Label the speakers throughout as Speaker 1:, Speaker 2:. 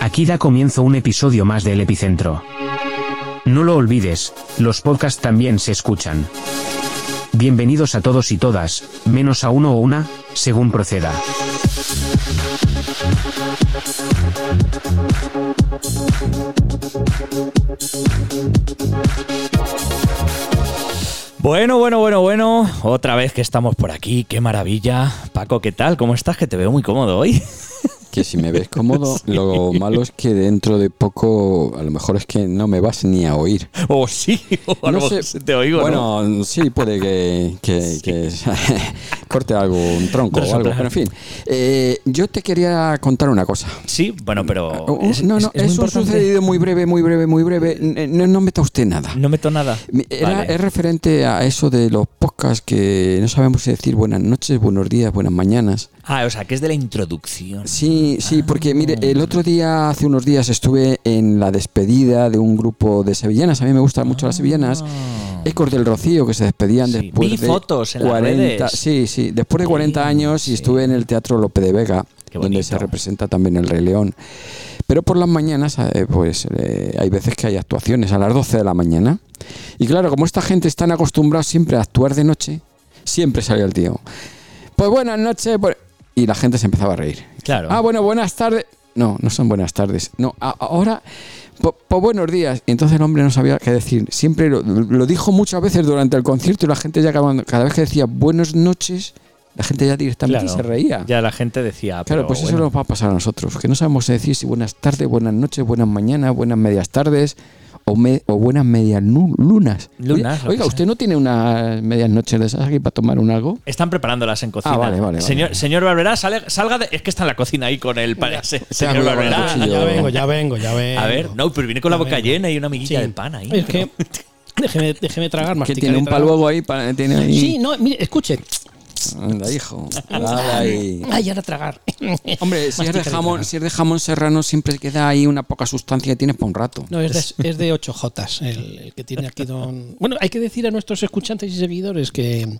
Speaker 1: Aquí da comienzo un episodio más del Epicentro. No lo olvides, los podcasts también se escuchan. Bienvenidos a todos y todas, menos a uno o una, según proceda.
Speaker 2: Bueno, bueno, bueno, bueno, otra vez que estamos por aquí, qué maravilla. Paco, ¿qué tal? ¿Cómo estás? Que te veo muy cómodo hoy.
Speaker 3: Que si me ves cómodo, lo malo es que dentro de poco, a lo mejor es que no me vas ni a oír.
Speaker 2: O Oh, sí, o
Speaker 3: No
Speaker 2: algo,
Speaker 3: sé.
Speaker 2: te oigo. ¿no?
Speaker 3: Bueno, sí, puede que, que- que corte algo, un tronco
Speaker 2: Dos
Speaker 3: o
Speaker 2: o
Speaker 3: algo.
Speaker 2: tres.
Speaker 3: Pero en fin, eh, yo te quería contar una cosa.
Speaker 2: Sí, bueno, pero.
Speaker 3: Oh, oh, no, no, es,
Speaker 2: muy
Speaker 3: un
Speaker 2: importante.
Speaker 3: sucedido muy breve, muy breve, muy breve. N- No, no meta usted nada.
Speaker 2: No meto nada.
Speaker 3: Mi- era- er-
Speaker 2: Vale.
Speaker 3: Es referente a eso de los podcasts que no sabemos si decir buenas noches, buenos días, buenas mañanas.
Speaker 2: Ah, o sea, que es de la introducción.
Speaker 3: Sí,
Speaker 2: Ah,
Speaker 3: sí, porque mire, el otro día, hace unos días, estuve en la despedida de un grupo de sevillanas. A mí me gustan mucho las sevillanas. Ecos del Rocío, que se despedían
Speaker 2: Ah. Sí,
Speaker 3: después
Speaker 2: vi
Speaker 3: de
Speaker 2: fotos en las
Speaker 3: 40,
Speaker 2: redes.
Speaker 3: Sí, sí, después de 40 años y estuve en el Teatro Lope de Vega,
Speaker 2: Qué
Speaker 3: donde
Speaker 2: bonito.
Speaker 3: se representa también el Rey León. Pero por las mañanas, eh, pues eh, hay veces que hay actuaciones a las 12 de la mañana. Y claro, como esta gente están acostumbrados siempre a actuar de noche, siempre sale el tío. Pues buenas noches. bu- Y la gente se empezaba a reír.
Speaker 2: Claro.
Speaker 3: Ah, bueno, buenas tardes. No, no son buenas tardes. No, a- ahora, pues buenos días. Y entonces el hombre no sabía qué decir. Siempre lo, lo dijo muchas veces durante el concierto y la gente ya acabando, cada vez que decía buenas noches, la gente ya directamente
Speaker 2: Claro.
Speaker 3: se reía.
Speaker 2: Ya la gente decía.
Speaker 3: Claro,
Speaker 2: pero
Speaker 3: pues eso
Speaker 2: bueno.
Speaker 3: nos va a pasar a nosotros, que no sabemos decir si buenas tardes, buenas noches, buenas mañanas, buenas medias tardes o, me- o buenas medias nu- lunas.
Speaker 2: Lunas, lo
Speaker 3: Oiga,
Speaker 2: que
Speaker 3: ¿usted no tiene unas medias noches de esas aquí para tomar un algo?
Speaker 2: Están preparándolas en cocina.
Speaker 3: Ah, vale, vale, vale.
Speaker 2: Señor, señor Barberá, sale- salga de. Es que está en la cocina ahí con el. pa- se- señor
Speaker 3: cuidado con el
Speaker 2: Barberá.
Speaker 3: cuchillo.
Speaker 4: Ya vengo, ya vengo, ya vengo.
Speaker 2: A ver, no, pero viene con la
Speaker 4: Ya
Speaker 2: boca
Speaker 4: vengo.
Speaker 2: llena y una amiguilla
Speaker 4: Sí.
Speaker 2: de pan ahí.
Speaker 4: Oye, es
Speaker 2: pero-
Speaker 4: que déjeme, déjeme tragar,
Speaker 3: Que
Speaker 4: masticar.
Speaker 3: tiene
Speaker 4: y
Speaker 3: un
Speaker 4: tragar.
Speaker 3: paluego ahí, para, tiene ahí.
Speaker 4: Sí, no, mire, escuche.
Speaker 3: Anda, hijo. Dale ahí.
Speaker 4: Ay, ahora tragar.
Speaker 3: Hombre, si es, de
Speaker 4: Masticar y
Speaker 3: jamón,
Speaker 4: tragar.
Speaker 3: si es de jamón serrano, siempre queda ahí una poca sustancia que tienes para un rato.
Speaker 4: No, es de, es de 8 Jotas, el, el que tiene aquí don... Bueno, hay que decir a nuestros escuchantes y seguidores que,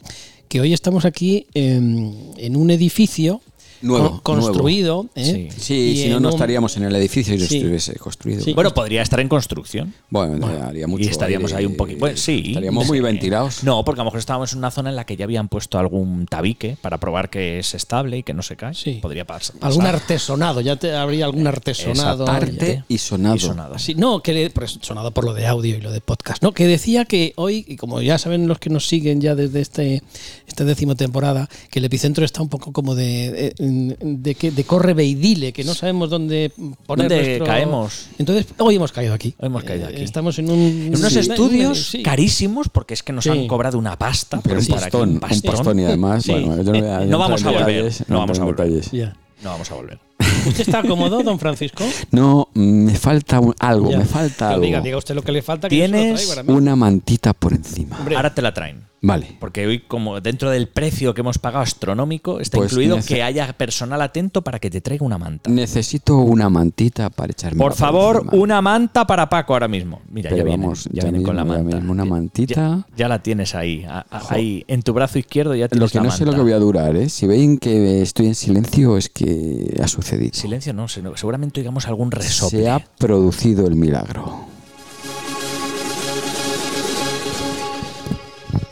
Speaker 4: que hoy estamos aquí en, en un edificio
Speaker 3: Nuevo,
Speaker 4: con- construido. ¿eh?
Speaker 2: Sí.
Speaker 3: Sí,
Speaker 4: Y
Speaker 3: si no,
Speaker 4: en
Speaker 3: no
Speaker 4: un-
Speaker 3: estaríamos en el edificio y lo
Speaker 4: Sí.
Speaker 3: estuviese construido.
Speaker 4: Sí.
Speaker 2: Bueno, podría estar en construcción.
Speaker 3: Bueno, haría mucho
Speaker 2: y estaríamos
Speaker 3: aire
Speaker 2: ahí
Speaker 3: y-
Speaker 2: un poquito. Bueno, sí.
Speaker 3: Estaríamos muy
Speaker 2: Sí.
Speaker 3: ventilados.
Speaker 2: No, porque a lo mejor estábamos en una zona en la que ya habían puesto algún tabique para probar que es estable y que no se cae.
Speaker 4: Sí.
Speaker 2: Podría pas- pasar.
Speaker 4: Algún artesonado, ya te, habría algún artesonado.
Speaker 2: Exacto.
Speaker 4: Ya.
Speaker 3: Arte y sonado.
Speaker 2: Y sonado.
Speaker 4: Sí, no, que le- pues, sonado por lo de audio y lo de podcast. No, que decía que hoy, y como ya saben los que nos siguen ya desde este esta décima temporada, que el epicentro está un poco como de de, de que de corre ve y dile, que no sabemos dónde poner
Speaker 2: ¿Dónde
Speaker 4: nuestro-
Speaker 2: caemos?
Speaker 4: Entonces, hoy hemos caído aquí.
Speaker 2: Hemos caído aquí.
Speaker 4: Estamos en un-
Speaker 2: En unos
Speaker 4: sí.
Speaker 2: estudios
Speaker 4: Sí.
Speaker 2: carísimos, porque es que nos
Speaker 4: Sí.
Speaker 2: han cobrado una pasta.
Speaker 3: Pero un
Speaker 2: para que-
Speaker 3: pastón, un
Speaker 2: pastón.
Speaker 3: pastón y además,
Speaker 2: Sí.
Speaker 3: bueno, yo no, voy a
Speaker 2: No vamos a
Speaker 3: entrar en
Speaker 2: volver,
Speaker 3: detalles,
Speaker 2: no vamos a
Speaker 3: entro en
Speaker 2: volver.
Speaker 3: detalles.
Speaker 4: Ya.
Speaker 2: No vamos a volver.
Speaker 4: ¿Usted está cómodo, don Francisco?
Speaker 3: No, mm, me falta un- algo,
Speaker 4: Ya.
Speaker 3: me falta
Speaker 4: Que
Speaker 3: algo.
Speaker 4: Diga, diga usted lo que le falta. que yo se lo
Speaker 2: Tienes
Speaker 4: traigo ahora mismo.
Speaker 3: Una mantita por encima.
Speaker 4: Hombre.
Speaker 2: Ahora te la traen.
Speaker 3: Vale.
Speaker 2: Porque hoy, como dentro del precio que hemos pagado astronómico, está
Speaker 3: Pues
Speaker 2: incluido
Speaker 3: nece-
Speaker 2: que haya personal atento para que te traiga una manta.
Speaker 3: Necesito una mantita para echarme.
Speaker 2: Por favor,
Speaker 3: una
Speaker 2: una manta para Paco ahora mismo. Mira,
Speaker 3: Pero
Speaker 2: ya viene,
Speaker 3: vamos,
Speaker 2: ya
Speaker 3: ya
Speaker 2: viene con la
Speaker 3: mismo, ya
Speaker 2: manta.
Speaker 3: mismo una
Speaker 2: Ya-
Speaker 3: mantita.
Speaker 2: Ya, la tienes ahí, a- a- ahí en tu brazo izquierdo ya tienes
Speaker 3: Lo que
Speaker 2: la
Speaker 3: no
Speaker 2: manta.
Speaker 3: sé lo que voy a durar, ¿eh? Si ven que estoy en silencio es que ha sucedido.
Speaker 2: Silencio, no, se- seguramente oigamos algún resople.
Speaker 3: Se ha producido el milagro.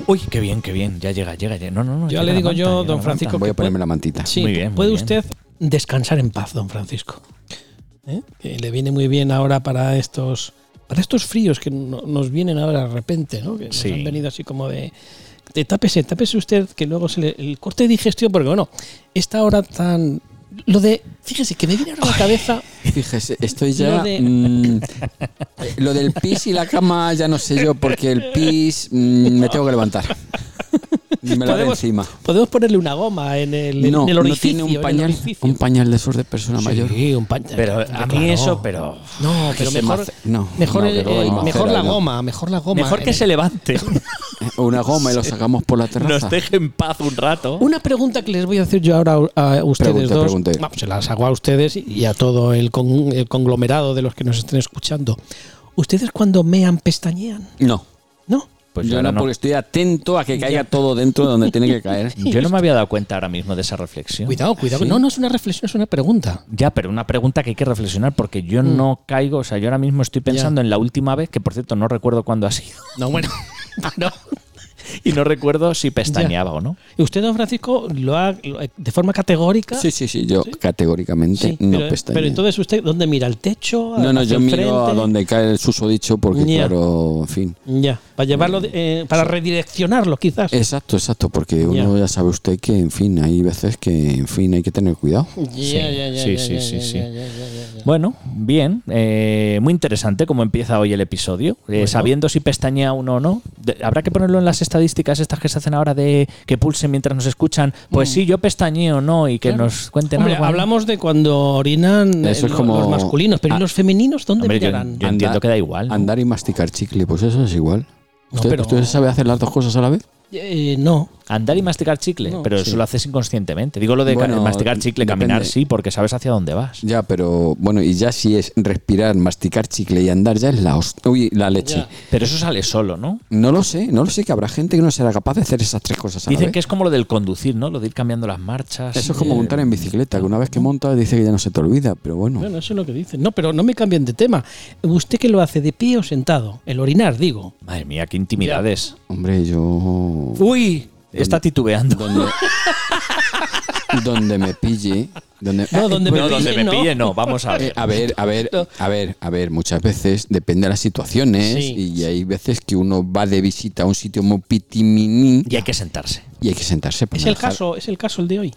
Speaker 2: Uy, qué bien, qué bien, ya llega, llega, ya. No, no, no.
Speaker 4: Yo
Speaker 2: llega
Speaker 4: le
Speaker 2: la
Speaker 4: digo
Speaker 2: manta,
Speaker 4: yo,
Speaker 2: llega la
Speaker 4: don
Speaker 2: manta.
Speaker 3: Voy a
Speaker 4: Francisco, que puede-
Speaker 3: ponerme la mantita.
Speaker 4: Sí,
Speaker 2: Muy bien, muy
Speaker 4: puede
Speaker 2: bien.
Speaker 4: usted descansar en paz, don Francisco. ¿Eh? Que le viene muy bien ahora para estos para estos fríos que no- nos vienen ahora de repente, ¿no? Que nos
Speaker 2: Sí.
Speaker 4: han venido así como de, de tápese, tápese usted, que luego se le, el corte de digestión, porque bueno, esta hora tan lo de fíjese que me viene ahora a la cabeza
Speaker 3: Fíjese, estoy ya.
Speaker 4: Lo de-
Speaker 3: mm, eh, lo del pis y la cama ya no sé yo, porque el pis mm, me tengo que levantar. Me lo de
Speaker 4: podemos,
Speaker 3: encima.
Speaker 4: podemos ponerle una goma en el,
Speaker 3: No,
Speaker 4: en el
Speaker 3: no
Speaker 4: orificio,
Speaker 3: tiene un
Speaker 4: en el
Speaker 3: pañal,
Speaker 4: orificio.
Speaker 3: un pañal de esos de persona mayor.
Speaker 4: Sí, un pañal.
Speaker 2: Pero a mí eso, pero.
Speaker 4: No, pero
Speaker 3: se
Speaker 4: mejor,
Speaker 3: mace- no,
Speaker 4: mejor,
Speaker 3: no,
Speaker 4: el-
Speaker 3: que luego
Speaker 4: el-
Speaker 3: hay macera
Speaker 4: mejor la
Speaker 3: ahí, no.
Speaker 4: goma, mejor la goma.
Speaker 2: Mejor que
Speaker 4: Eh,
Speaker 2: se levante,
Speaker 3: Una goma y lo sacamos por la terraza.
Speaker 2: nos deje en paz un rato.
Speaker 4: Una pregunta que les voy a hacer yo ahora a ustedes
Speaker 3: Pregunte,
Speaker 4: dos.
Speaker 3: pregunte.
Speaker 4: Vamos, se las hago a ustedes y a todo el, con- el conglomerado de los que nos estén escuchando. ¿Ustedes cuando mean pestañean?
Speaker 3: No.
Speaker 4: ¿No?
Speaker 2: Pues
Speaker 3: yo
Speaker 2: ahora
Speaker 3: no,
Speaker 2: no.
Speaker 3: porque estoy atento a que caiga
Speaker 4: Ya.
Speaker 3: todo dentro de donde tiene que caer.
Speaker 2: Yo no me había dado cuenta ahora mismo de esa reflexión.
Speaker 4: Cuidado, cuidado. No, no es una reflexión, es una pregunta.
Speaker 2: Ya, pero una pregunta que hay que reflexionar porque yo
Speaker 4: Mm.
Speaker 2: no caigo, o sea, yo ahora mismo estoy pensando en la última vez, que por cierto no recuerdo cuándo ha sido,
Speaker 4: No, bueno. no.
Speaker 2: y no recuerdo si pestañeaba o no.
Speaker 4: Y Usted, don Francisco, lo ha lo- eh, de forma categórica.
Speaker 3: Sí, sí, sí, yo categóricamente
Speaker 4: Sí,
Speaker 3: no
Speaker 4: pero,
Speaker 3: pestañeo.
Speaker 4: pero entonces usted, ¿dónde mira? ¿Al techo?
Speaker 3: no, no,
Speaker 4: ¿Hacia
Speaker 3: yo
Speaker 4: el
Speaker 3: miro a
Speaker 4: frente?
Speaker 3: donde cae el susodicho porque,
Speaker 4: Ya.
Speaker 3: claro, en fin.
Speaker 4: Ya, para llevarlo, de- eh, para redireccionarlo quizás.
Speaker 3: Exacto, exacto, porque uno ya sabe usted que, en fin, hay veces que, en fin, hay que tener cuidado.
Speaker 4: Ya, ya, ya,
Speaker 2: sí,
Speaker 4: ya,
Speaker 2: sí,
Speaker 4: ya,
Speaker 2: sí,
Speaker 4: ya,
Speaker 2: sí.
Speaker 4: ya, ya, ya, ya.
Speaker 2: Bueno, bien, eh, muy interesante cómo empieza hoy el episodio. Eh, Sabiendo si pestañea uno o no, De- habrá que ponerlo en las estadísticas estas que se hacen ahora de que pulsen mientras nos escuchan. Pues sí, yo pestañeo o no y que nos cuenten
Speaker 4: Mm. Hombre,
Speaker 2: algo. ahí.
Speaker 4: hablamos de cuando orinan eh,
Speaker 3: Eso es
Speaker 4: los,
Speaker 3: como-
Speaker 4: los masculinos, pero
Speaker 3: Ah.
Speaker 4: ¿y los femeninos dónde
Speaker 2: Hombre, yo-
Speaker 4: mirarán?
Speaker 2: yo- entiendo que da igual, ¿no?
Speaker 3: Andar y masticar chicle, pues eso es igual.
Speaker 4: No,
Speaker 3: ¿Usted,
Speaker 4: pero-
Speaker 3: usted sabe hacer las dos cosas a la vez?
Speaker 4: Eh, no.
Speaker 2: Andar y masticar chicle, pero eso lo haces inconscientemente. Digo lo de
Speaker 3: Bueno,
Speaker 2: ca- masticar chicle,
Speaker 3: depende.
Speaker 2: caminar sí, porque sabes hacia dónde vas.
Speaker 3: Ya, pero bueno, y ya si es respirar, masticar chicle y andar, ya es la, host- uy, la leche.
Speaker 4: Ya.
Speaker 2: Pero eso sale solo, ¿no?
Speaker 3: No lo sé, no lo sé, que habrá gente que no será capaz de hacer esas tres cosas a la
Speaker 2: Dicen
Speaker 3: vez.
Speaker 2: que es como lo del conducir, ¿no? Lo de ir cambiando las marchas.
Speaker 3: Eso es como
Speaker 2: Eh,
Speaker 3: montar en bicicleta, que una vez que montas dice que ya no se te olvida, pero bueno.
Speaker 4: Bueno, eso es lo que dicen. No, pero no me cambien de tema. ¿Usted que lo hace de pie o sentado? El orinar, digo.
Speaker 2: Eh, Madre mía, qué intimidades.
Speaker 3: Hombre, yo
Speaker 2: Uy, está titubeando.
Speaker 3: donde, donde me pille, donde
Speaker 4: No, donde me
Speaker 2: No,
Speaker 4: pille,
Speaker 2: donde me
Speaker 4: no.
Speaker 2: pille, no, vamos a
Speaker 3: Pues Eh,
Speaker 2: ver.
Speaker 3: a ver, a ver, a ver, a ver, muchas veces depende de las situaciones
Speaker 4: Sí.
Speaker 3: y hay veces que uno va de visita a un sitio muy pitiminí
Speaker 2: Y hay que sentarse.
Speaker 3: y hay que sentarse. para
Speaker 4: Es el
Speaker 3: relajar.
Speaker 4: caso, es el caso el de hoy.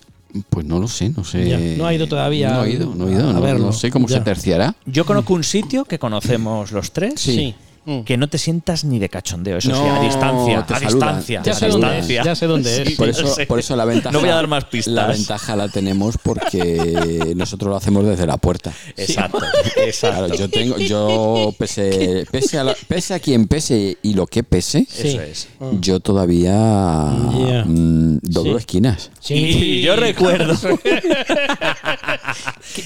Speaker 3: Pues no lo sé, no sé.
Speaker 4: Ya, no ha ido todavía
Speaker 3: No ha ido, no ha ido,
Speaker 4: a
Speaker 3: no,
Speaker 4: verlo.
Speaker 3: no sé cómo
Speaker 4: Ya.
Speaker 3: se terciará.
Speaker 2: Yo conozco un sitio que conocemos los tres.
Speaker 3: Sí.
Speaker 4: Mm.
Speaker 2: Que no te sientas ni de cachondeo, eso sí,
Speaker 3: No,
Speaker 2: a distancia,
Speaker 3: te
Speaker 2: a
Speaker 3: saludan,
Speaker 2: distancia,
Speaker 3: te
Speaker 2: a
Speaker 3: saludan.
Speaker 2: distancia.
Speaker 4: Ya sé dónde es.
Speaker 2: Sí,
Speaker 3: Por
Speaker 2: ya
Speaker 3: eso,
Speaker 2: sé.
Speaker 3: por eso la ventaja.
Speaker 2: No voy a dar más pistas.
Speaker 3: La ventaja la tenemos porque nosotros lo hacemos desde la puerta.
Speaker 2: Exacto, exacto.
Speaker 3: Claro, yo tengo, yo pese, pese a, la- pese a quien pese y lo que pese,
Speaker 4: Sí.
Speaker 2: Eso es.
Speaker 3: yo todavía
Speaker 4: Mm. Yeah.
Speaker 3: mm, doblo
Speaker 4: Sí.
Speaker 3: esquinas.
Speaker 2: Y yo recuerdo.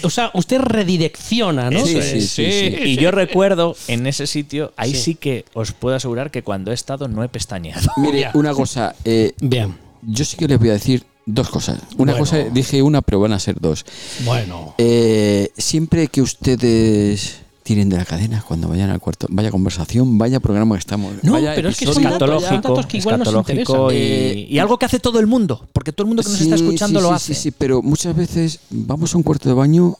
Speaker 4: O sea, usted redirecciona, ¿no? Pues,
Speaker 3: Sí, sí, sí, sí.
Speaker 2: Y yo recuerdo en ese sitio, ahí sí. que os puedo asegurar que cuando he estado no he pestañeado.
Speaker 3: Mire, una cosa, eh,
Speaker 4: Bien.
Speaker 3: yo sí que les voy a decir dos cosas. Una
Speaker 4: Bueno.
Speaker 3: cosa, dije una, pero van a ser dos.
Speaker 4: Bueno.
Speaker 3: Eh, siempre que ustedes tiren de la cadena cuando vayan al cuarto, vaya conversación, vaya programa que estamos.
Speaker 4: No,
Speaker 3: vaya
Speaker 4: pero es que
Speaker 3: episodio,
Speaker 4: son datos-
Speaker 3: vaya-
Speaker 4: son datos que igual nos Eh,
Speaker 2: escatológico y,
Speaker 3: interesan.
Speaker 2: y algo que hace todo el mundo, porque todo el mundo que nos está
Speaker 3: Sí,
Speaker 2: escuchando
Speaker 3: sí,
Speaker 2: lo
Speaker 3: sí,
Speaker 2: hace.
Speaker 3: Sí, sí, pero muchas veces vamos a un cuarto de baño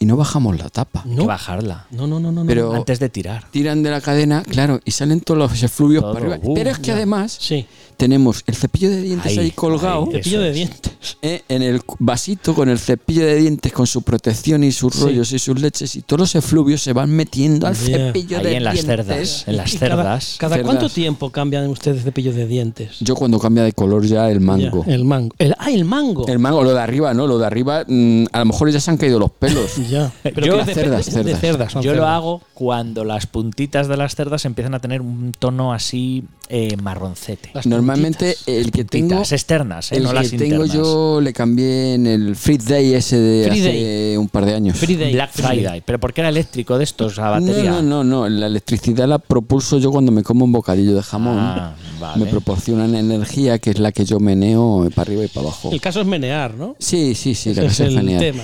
Speaker 3: y no bajamos la tapa.
Speaker 2: Hay que
Speaker 4: No.
Speaker 2: bajarla
Speaker 4: No, no, no, no. no.
Speaker 3: Pero-
Speaker 2: antes de tirar.
Speaker 3: Tiran de la cadena, claro, y salen todos los efluvios
Speaker 2: Todo,
Speaker 3: para arriba.
Speaker 2: uh,
Speaker 3: pero es que además
Speaker 4: Sí.
Speaker 3: tenemos el cepillo de dientes
Speaker 2: Ahí,
Speaker 3: ahí, colgado.
Speaker 2: ahí,
Speaker 4: Cepillo
Speaker 2: Eso
Speaker 4: de
Speaker 2: es.
Speaker 4: dientes.
Speaker 3: eh, en el cu- vasito con el cepillo de dientes, con su protección y sus rollos y sus leches, y todos los efluvios se van metiendo al
Speaker 4: Ya.
Speaker 3: cepillo de
Speaker 2: Ahí en las
Speaker 3: dientes.
Speaker 2: cerdas, en las
Speaker 4: Y cada-
Speaker 2: cerdas.
Speaker 4: ¿Cada,
Speaker 3: Cerdas.
Speaker 4: cuánto tiempo cambian ustedes cepillo de dientes?
Speaker 3: Yo cuando cambia de color ya el mango.
Speaker 4: Ya, el mango. El- ah, el mango.
Speaker 3: El mango, lo de arriba, ¿no? Lo de arriba, mm, a lo mejor ya se han caído los pelos.
Speaker 4: Ya.
Speaker 2: Yo-
Speaker 4: que
Speaker 3: Las
Speaker 4: de-
Speaker 3: cerdas,
Speaker 4: de-
Speaker 3: cerdas.
Speaker 4: de cerdas, son
Speaker 2: Yo lo
Speaker 4: cerdas.
Speaker 2: hago cuando las puntitas de las cerdas empiezan a tener un tono así eh, marroncete.
Speaker 4: Las
Speaker 3: Normalmente el que tengo
Speaker 2: Puntitas externas, eh,
Speaker 3: el
Speaker 2: no
Speaker 3: que
Speaker 2: las
Speaker 3: tengo
Speaker 2: internas.
Speaker 3: yo le cambié en el Free Day ese de
Speaker 4: Free
Speaker 3: hace
Speaker 4: Day.
Speaker 3: un par de años.
Speaker 4: Free Day.
Speaker 2: Black
Speaker 4: Free Day.
Speaker 2: Friday, pero porque era eléctrico de estos a
Speaker 3: no,
Speaker 2: batería.
Speaker 3: no, no, no, la electricidad la propulso yo cuando me como un bocadillo de jamón.
Speaker 2: Ah, vale.
Speaker 3: Me proporcionan energía que es la que yo meneo para arriba y para abajo.
Speaker 4: El caso es menear, ¿no?
Speaker 3: Sí, sí, sí, la
Speaker 4: Ese es
Speaker 3: casa
Speaker 4: el
Speaker 3: genial.
Speaker 4: tema.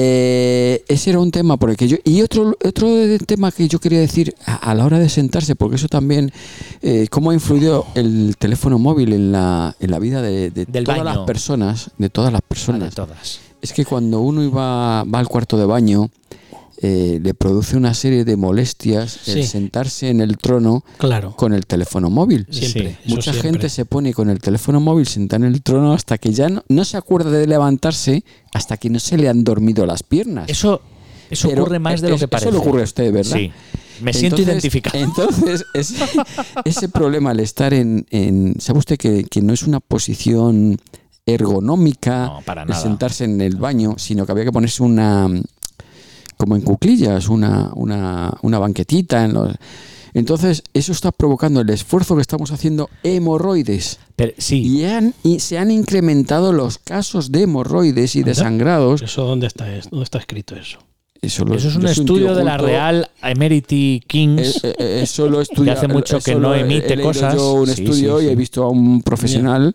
Speaker 3: Eh, ese era un tema por el que yo. Y otro, otro de- tema que yo quería decir a, a la hora de sentarse, porque eso también. eh, ¿Cómo ha influido el teléfono móvil en la, en la vida de, de
Speaker 2: Del
Speaker 3: todas
Speaker 2: baño.
Speaker 3: las personas? De todas las
Speaker 2: Ah, de
Speaker 3: personas.
Speaker 2: todas.
Speaker 3: Es que cuando uno iba, va al cuarto de baño, eh, le produce una serie de molestias el
Speaker 4: Sí.
Speaker 3: sentarse en el trono
Speaker 4: Claro.
Speaker 3: con el teléfono móvil.
Speaker 4: Siempre.
Speaker 2: Sí.
Speaker 4: eso
Speaker 3: Mucha
Speaker 4: siempre.
Speaker 3: gente se pone con el teléfono móvil sentada en el trono hasta que ya no, no se acuerda de levantarse hasta que no se le han dormido las piernas.
Speaker 2: Eso, eso
Speaker 3: Pero
Speaker 2: ocurre más de lo
Speaker 3: es-
Speaker 2: que parece.
Speaker 3: Eso le ocurre a usted, ¿verdad?
Speaker 2: Sí. Me siento
Speaker 3: Entonces- eh,
Speaker 2: identificado.
Speaker 3: Entonces, ese, ese problema al estar en... en- ¿Sabe usted que, que no es una posición ergonómica
Speaker 2: No, para
Speaker 3: el
Speaker 2: nada.
Speaker 3: sentarse en el baño, sino que había que ponerse una... como en cuclillas, una, una, una banquetita. En los- entonces, eso está provocando el esfuerzo que estamos haciendo hemorroides.
Speaker 2: Pero- sí,
Speaker 3: Y, han- y se han incrementado los casos de hemorroides y de sangrados
Speaker 4: ¿Eso dónde está, es- dónde está escrito eso?
Speaker 3: Eso, lo-
Speaker 2: Eso es un
Speaker 3: yo soy tío
Speaker 2: estudio de la
Speaker 3: culto.
Speaker 2: Real Emerity Kings.
Speaker 3: Eh, eh, eso lo estudia-
Speaker 2: hace mucho que
Speaker 3: eso
Speaker 2: no
Speaker 3: lo he-
Speaker 2: emite
Speaker 3: he leído
Speaker 2: cosas.
Speaker 3: Yo un
Speaker 2: Sí, sí,
Speaker 3: estudio y
Speaker 2: sí.
Speaker 3: he visto a un profesional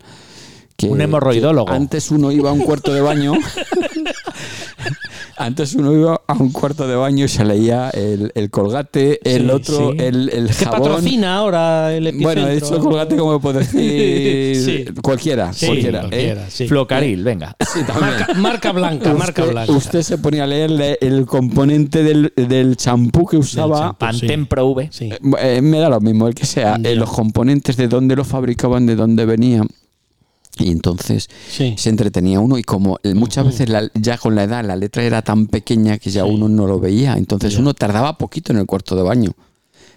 Speaker 3: que
Speaker 2: Un hemorroidólogo.
Speaker 3: que antes uno iba a un cuarto de baño. antes uno iba a un cuarto de baño y se leía el, el colgate, el
Speaker 2: Sí,
Speaker 3: otro,
Speaker 2: sí.
Speaker 3: el, el
Speaker 4: ¿Qué
Speaker 3: jabón.
Speaker 4: patrocina ahora el epicentro?
Speaker 3: Bueno, he dicho colgate como puedo decir
Speaker 4: Sí.
Speaker 3: cualquiera,
Speaker 4: Sí,
Speaker 3: cualquiera. ¿eh?
Speaker 4: cualquiera, sí.
Speaker 2: Flocaril, venga.
Speaker 3: Sí, también.
Speaker 4: Marca blanca, marca
Speaker 3: Usted-
Speaker 4: blanca.
Speaker 3: Usted se ponía a leer le- el componente del del champú que usaba.
Speaker 4: Pues sí.
Speaker 2: Pantene Pro V.
Speaker 4: Sí.
Speaker 3: Eh, me da lo mismo el que sea, eh, los componentes de dónde lo fabricaban, de dónde venían. Y entonces
Speaker 4: Sí.
Speaker 3: se entretenía uno y como eh, muchas veces la- ya con la edad la letra era tan pequeña que ya uno no lo veía, entonces uno tardaba poquito en el cuarto de baño.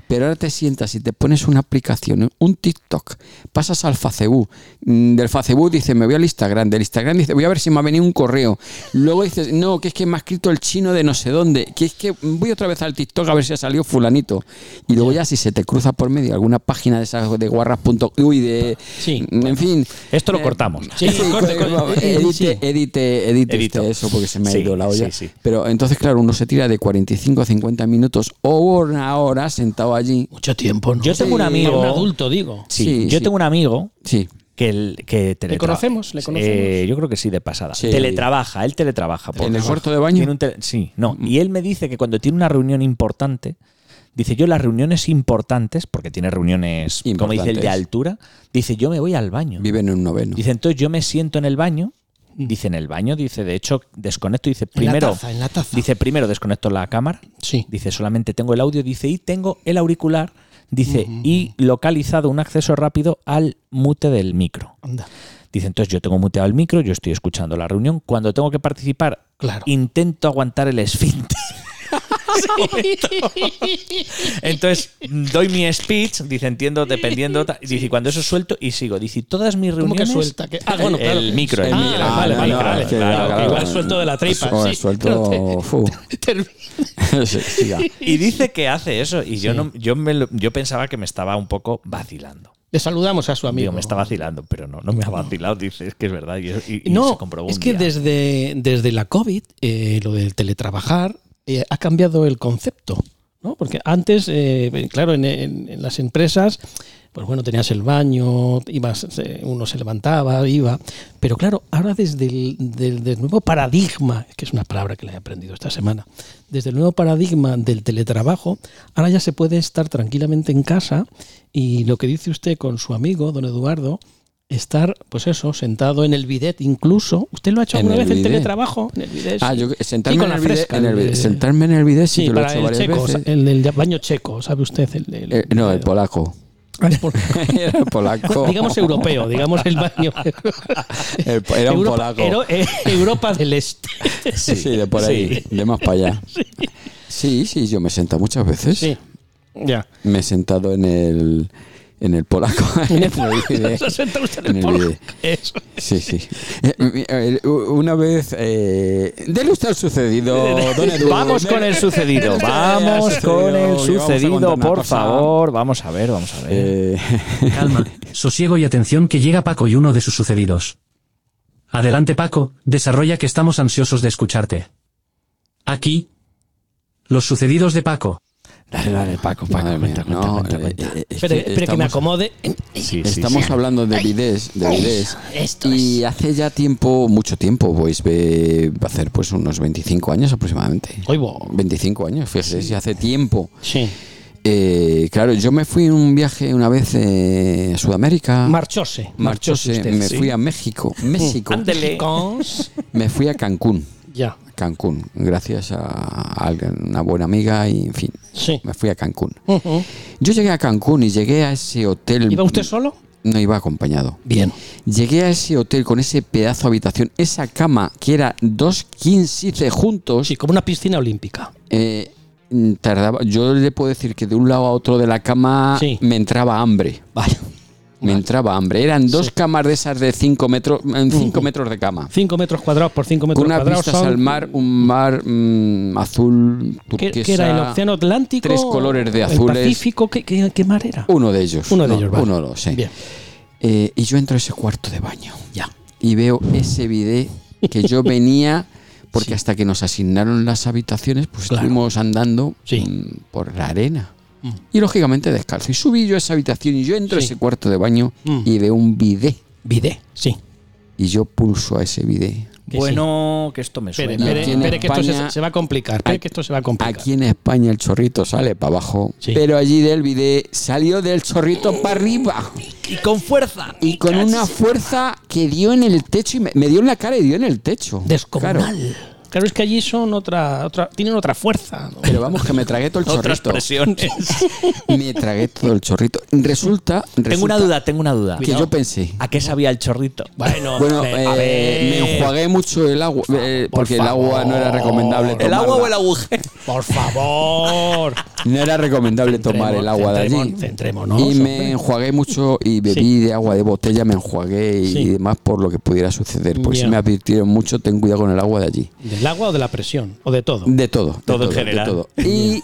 Speaker 3: Pero ahora te sientas y te pones una aplicación, un TikTok, pasas al Facebook, mm, del Facebook dice me voy al Instagram, del Instagram dice voy a ver si me ha venido un correo, luego dices no, que es que me ha escrito el chino de no sé dónde, que es que voy otra vez al TikTok a ver si ha salido fulanito, y luego ya si se te cruza por medio alguna página de esas de guarras.uy, de... mm,
Speaker 4: Sí.
Speaker 3: En fin,
Speaker 2: Esto
Speaker 3: Eh,
Speaker 2: lo cortamos.
Speaker 4: Sí, corte, corte.
Speaker 3: Edite, edite, edite
Speaker 2: Edito.
Speaker 3: usted eso porque se me ha
Speaker 2: Sí,
Speaker 3: ido la olla.
Speaker 2: sí, sí.
Speaker 3: Pero entonces, claro, uno se tira de 45 a 50 minutos o una hora sentado allí.
Speaker 4: Mucho tiempo, ¿no?
Speaker 2: Yo tengo un
Speaker 4: Para
Speaker 2: amigo-
Speaker 4: Un adulto, digo.
Speaker 2: Sí,
Speaker 3: Sí,
Speaker 2: yo
Speaker 3: sí.
Speaker 2: tengo un amigo
Speaker 3: Sí,
Speaker 2: que, el, que teletra-
Speaker 4: conocemos? ¿Le conocemos?
Speaker 2: Eh, yo creo que sí, de pasada.
Speaker 3: Sí.
Speaker 2: Teletrabaja, él teletrabaja. por
Speaker 3: en el
Speaker 2: favor.
Speaker 3: cuarto de
Speaker 2: Tiene
Speaker 3: baño. Mm.
Speaker 2: un tele- sí, no. Y él me dice que cuando tiene una reunión importante, dice yo las reuniones importantes, porque tiene reuniones, como dice el de
Speaker 3: Importantes.
Speaker 2: altura, dice yo me voy al baño.
Speaker 3: Viven en un noveno.
Speaker 2: Dice, entonces yo me siento en el baño. Dice, en el baño, dice, de hecho, desconecto. Dice,
Speaker 4: Mm. En la
Speaker 2: primero,
Speaker 4: taza, en la taza.
Speaker 2: dice, primero desconecto la cámara.
Speaker 4: Sí.
Speaker 2: Dice, solamente tengo el audio. Dice, y tengo el auricular. Dice, y localizado un acceso rápido al mute del micro.
Speaker 4: Anda.
Speaker 2: Dice, entonces yo tengo muteado el micro, yo estoy escuchando la reunión. Cuando tengo que participar,
Speaker 4: Claro.
Speaker 2: intento aguantar el esfínter. Entonces doy mi speech, dice, entiendo, dependiendo. ta- Dice, y cuando eso suelto y sigo. Dice, y todas mis
Speaker 4: ¿Cómo
Speaker 2: reuniones.
Speaker 4: que suelta? ¿Qué? Ah,
Speaker 2: El-
Speaker 4: bueno, claro.
Speaker 2: el micro, el
Speaker 4: Ah,
Speaker 2: micro.
Speaker 4: Vale,
Speaker 2: Ah,
Speaker 4: vale,
Speaker 2: no,
Speaker 4: vale.
Speaker 2: es que, claro,
Speaker 4: que Igual
Speaker 2: claro.
Speaker 4: suelto de la tripa.
Speaker 3: O el
Speaker 4: sí.
Speaker 3: suelto.
Speaker 4: Pero
Speaker 3: fu.
Speaker 4: te- termina.
Speaker 3: Sí, siga.
Speaker 2: Y dice que hace eso. Y yo, no, yo, me lo- yo pensaba que me estaba un poco vacilando.
Speaker 4: Le saludamos a su amigo.
Speaker 2: Digo, me está vacilando, pero no, no me ha vacilado. Dice, es que es verdad. Y, y- y se
Speaker 4: No,
Speaker 2: comprobó
Speaker 4: es
Speaker 2: un
Speaker 4: que
Speaker 2: día.
Speaker 4: desde, desde la COVID, eh, lo del teletrabajar eh, ha cambiado el concepto. ¿no? Porque antes, eh, claro, en, en- en las empresas, pues bueno, tenías el baño, ibas, eh, uno se levantaba, iba. Pero claro, ahora desde el del- del nuevo paradigma, que es una palabra que le he aprendido esta semana, desde el nuevo paradigma del teletrabajo, ahora ya se puede estar tranquilamente en casa y lo que dice usted con su amigo, don Eduardo, estar, pues eso, sentado en el bidet incluso. ¿Usted lo ha hecho
Speaker 3: En el
Speaker 4: alguna vez en
Speaker 3: bidet.
Speaker 4: teletrabajo? En el bidet.
Speaker 3: Ah,
Speaker 4: sí.
Speaker 3: yo
Speaker 4: Y
Speaker 3: sentarme
Speaker 4: con
Speaker 3: en
Speaker 4: la
Speaker 3: el bidet,
Speaker 4: fresca,
Speaker 3: en el
Speaker 4: el
Speaker 3: bidet-
Speaker 4: de-
Speaker 3: sentarme en el bidet sí,
Speaker 4: Sí,
Speaker 3: que lo he
Speaker 4: para
Speaker 3: hecho
Speaker 4: el
Speaker 3: varias
Speaker 4: checo, o sea,
Speaker 3: veces.
Speaker 4: el del baño checo, ¿sabe usted? El, el-
Speaker 3: Eh, no, el polaco.
Speaker 4: Ah, el polaco.
Speaker 3: Era el polaco.
Speaker 4: digamos europeo, digamos el baño.
Speaker 3: El po- era un
Speaker 4: Europa,
Speaker 3: polaco.
Speaker 4: ero- eh, Europa del Este.
Speaker 3: Sí, de por ahí, de más para allá. Sí, sí, yo me he sentado muchas veces.
Speaker 4: Sí. Ya.
Speaker 3: Me he sentado en el en el polaco. En el bidet.
Speaker 4: Se ha sentado usted en
Speaker 3: Eh, En el
Speaker 4: el polo.
Speaker 3: bidet.
Speaker 4: Eso.
Speaker 3: Sí, sí. Eh, eh, eh, Una vez. Eh, dele usted al sucedido, don Edu.
Speaker 2: Vamos con el sucedido.
Speaker 3: Dele usted al
Speaker 2: Vamos
Speaker 3: sucedido,
Speaker 2: con
Speaker 3: que
Speaker 2: el
Speaker 3: vamos a contar
Speaker 2: sucedido,
Speaker 3: una
Speaker 2: por
Speaker 3: cosa.
Speaker 2: favor. Vamos a ver, vamos a ver.
Speaker 3: Eh,
Speaker 5: Calma, sosiego y atención que llega Paco y uno de sus sucedidos. Adelante Paco, desarrolla que estamos ansiosos de escucharte. Aquí. Los sucedidos de Paco.
Speaker 2: Dale, dale, Paco,
Speaker 3: madre
Speaker 2: Paco,
Speaker 3: mía,
Speaker 2: cuenta, cuenta,
Speaker 3: no,
Speaker 2: cuenta,
Speaker 3: eh,
Speaker 2: cuenta.
Speaker 3: eh, es
Speaker 4: Espere, espere que me
Speaker 3: estamos-
Speaker 4: acomode.
Speaker 2: Sí, sí,
Speaker 3: Estamos
Speaker 2: sí.
Speaker 3: hablando de bidés, de bidés.
Speaker 4: Esto
Speaker 3: Y hace ya tiempo, mucho tiempo, pues ve- va a hacer pues unos 25 años aproximadamente.
Speaker 4: Oigo.
Speaker 3: 25 años, fíjese, si hace tiempo.
Speaker 4: Sí.
Speaker 3: Eh, claro, yo me fui en un viaje una vez eh, a Sudamérica.
Speaker 4: Ah. Marchose.
Speaker 3: Marchose,
Speaker 4: usted,
Speaker 3: me
Speaker 4: sí.
Speaker 3: fui a México, México.
Speaker 2: Ándele.
Speaker 4: Cons.
Speaker 3: Me fui a Cancún,
Speaker 4: Ya.
Speaker 3: Cancún, gracias a, a alguien- una buena amiga y en fin,
Speaker 4: Sí.
Speaker 3: me fui a Cancún.
Speaker 4: Ujú.
Speaker 3: Yo llegué a Cancún y llegué a ese hotel.
Speaker 4: ¿Iba usted solo?
Speaker 3: No iba acompañado.
Speaker 4: Bien.
Speaker 3: Llegué a ese hotel con ese pedazo de habitación, esa cama que era dos 15 juntos.
Speaker 4: Sí, como una piscina olímpica.
Speaker 3: eh, mm, tardaba, yo le puedo decir que de un lado a otro de la cama
Speaker 4: Sí.
Speaker 3: me entraba hambre.
Speaker 4: Vale.
Speaker 3: Me entraba hambre. Eran dos camas de esas de 5 metros, 5 metros de cama.
Speaker 4: 5 metros cuadrados por 5 uh. metros
Speaker 3: Con unas
Speaker 4: cuadrados
Speaker 3: vistas
Speaker 4: son-
Speaker 3: al mar, un mar mm, azul
Speaker 4: ¿Qué,
Speaker 3: turquesa.
Speaker 4: qué era el Océano Atlántico?
Speaker 3: tres colores de
Speaker 4: ¿El
Speaker 3: azules.
Speaker 4: Pacífico? ¿Qué, qué, qué mar era?
Speaker 3: Uno de ellos.
Speaker 4: Uno de
Speaker 3: No,
Speaker 4: ellos, vale.
Speaker 3: Uno, sí.
Speaker 4: Bien.
Speaker 3: Eh, y yo entro a ese cuarto de baño
Speaker 4: Ya.
Speaker 3: y veo ese bidet que yo venía porque hasta que nos asignaron las habitaciones, pues
Speaker 4: Claro.
Speaker 3: estuvimos andando
Speaker 4: Sí. Mm.
Speaker 3: mm, por la arena. Y lógicamente descalzo. Y subí yo a esa habitación y yo entro a
Speaker 4: Sí.
Speaker 3: ese cuarto de baño
Speaker 4: Mm.
Speaker 3: y veo un bidé.
Speaker 4: Vide, sí.
Speaker 3: Y yo pulso a ese bidé.
Speaker 4: Que
Speaker 2: bueno, que esto me
Speaker 4: Espere,
Speaker 2: suena.
Speaker 4: espere,
Speaker 3: Aquí en
Speaker 4: espere que esto
Speaker 3: España-
Speaker 4: se, se va a complicar. Espere que esto se va a complicar.
Speaker 3: Aquí en España el chorrito sale para abajo,
Speaker 4: Sí.
Speaker 3: pero allí del bidé salió del chorrito para arriba.
Speaker 2: Y con fuerza.
Speaker 3: Y con una fuerza que dio en el techo y me, me dio en la cara y dio en el techo.
Speaker 4: Descomunal.
Speaker 3: Claro.
Speaker 4: Claro. es que allí son otra, otra tienen otra fuerza. ¿no?
Speaker 3: Pero vamos, que me tragué todo el
Speaker 2: Otras
Speaker 3: chorrito.
Speaker 2: presiones.
Speaker 3: Me tragué todo el chorrito. Resulta,
Speaker 2: tengo una
Speaker 3: resulta
Speaker 2: duda, tengo una duda.
Speaker 3: que yo pensé.
Speaker 2: ¿A qué sabía el chorrito?
Speaker 4: Bueno,
Speaker 3: Bueno,
Speaker 4: Ah, hombre,
Speaker 3: eh,
Speaker 4: a ver,
Speaker 3: me enjuagué mucho el agua, eh, porque el agua no era recomendable
Speaker 2: ¿El agua o el
Speaker 3: agua?
Speaker 2: agujero?
Speaker 4: por favor.
Speaker 3: No era recomendable tomar el agua de allí.
Speaker 4: Centremos- centrémonos,
Speaker 3: y me
Speaker 4: hombre.
Speaker 3: enjuagué mucho y bebí de agua de botella, me enjuagué y,
Speaker 4: Sí.
Speaker 3: y demás por lo que pudiera suceder. Porque
Speaker 4: Ya.
Speaker 3: si me advirtieron mucho, ten cuidado con el agua de allí.
Speaker 4: ¿Del agua o de la presión? ¿O de todo?
Speaker 3: De todo. de
Speaker 2: Todo en
Speaker 3: de
Speaker 2: general.
Speaker 3: todo. Y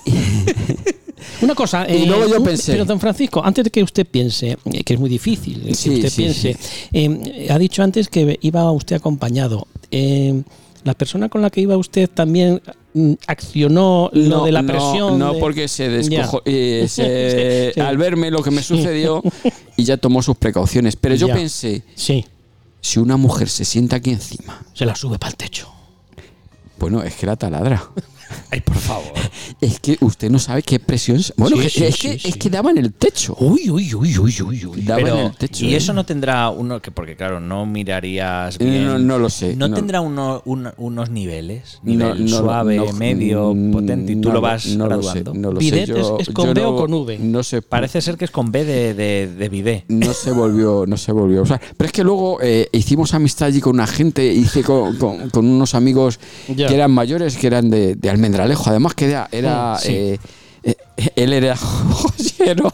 Speaker 4: Una cosa. eh,
Speaker 3: Y luego yo
Speaker 4: un-
Speaker 3: pensé-
Speaker 4: Pero, don Francisco, antes de que usted piense, eh, que es muy difícil eh,
Speaker 3: Sí,
Speaker 4: que usted
Speaker 3: sí,
Speaker 4: piense, eh, ha dicho antes que iba usted acompañado. Eh, ¿La persona con la que iba usted también mm, accionó lo de la presión?
Speaker 3: No,
Speaker 4: de-
Speaker 3: porque se descojo. eh, se-
Speaker 4: Sí, sí.
Speaker 3: Al verme lo que me sucedió y ya tomó sus precauciones. Pero yo
Speaker 4: Ya.
Speaker 3: pensé,
Speaker 4: Sí,
Speaker 3: si una mujer se sienta aquí encima,
Speaker 4: se la sube para el techo.
Speaker 3: bueno, es que la taladra.
Speaker 4: Ay, por favor.
Speaker 3: Es que usted no sabe qué presión. es- Bueno,
Speaker 4: Sí,
Speaker 3: que-
Speaker 4: sí,
Speaker 3: es,
Speaker 4: sí,
Speaker 3: que,
Speaker 4: sí.
Speaker 3: es que daba en el techo.
Speaker 4: Uy, uy, uy, uy, uy, uy.
Speaker 3: Daba
Speaker 2: Pero-
Speaker 3: en el techo.
Speaker 2: y
Speaker 3: ¿eh?
Speaker 2: eso no tendrá uno que porque claro no mirarías
Speaker 3: Eh,
Speaker 2: bien.
Speaker 3: no- no lo sé,
Speaker 2: No,
Speaker 3: no.
Speaker 2: tendrá uno, un- unos niveles,
Speaker 3: No,
Speaker 2: nivel
Speaker 3: no,
Speaker 2: suave,
Speaker 3: no,
Speaker 2: medio,
Speaker 3: mm,
Speaker 2: potente y tú
Speaker 3: no
Speaker 2: lo vas
Speaker 3: no lo sé,
Speaker 2: graduando.
Speaker 3: no lo sé.
Speaker 4: Bidet
Speaker 3: Yo-
Speaker 4: es- es con
Speaker 3: yo
Speaker 4: B o
Speaker 3: no-
Speaker 4: con V.
Speaker 3: No sé.
Speaker 2: Parece ser que es con B de, de, de bidé.
Speaker 3: no se volvió no se volvió a usar pero es que luego eh, hicimos amistad allí con una gente hice con, con- con unos amigos
Speaker 4: Ya.
Speaker 3: que eran mayores que eran de, de Almendralejo además que era, era,
Speaker 4: Ah, Sí.
Speaker 3: eh, eh, él era joyero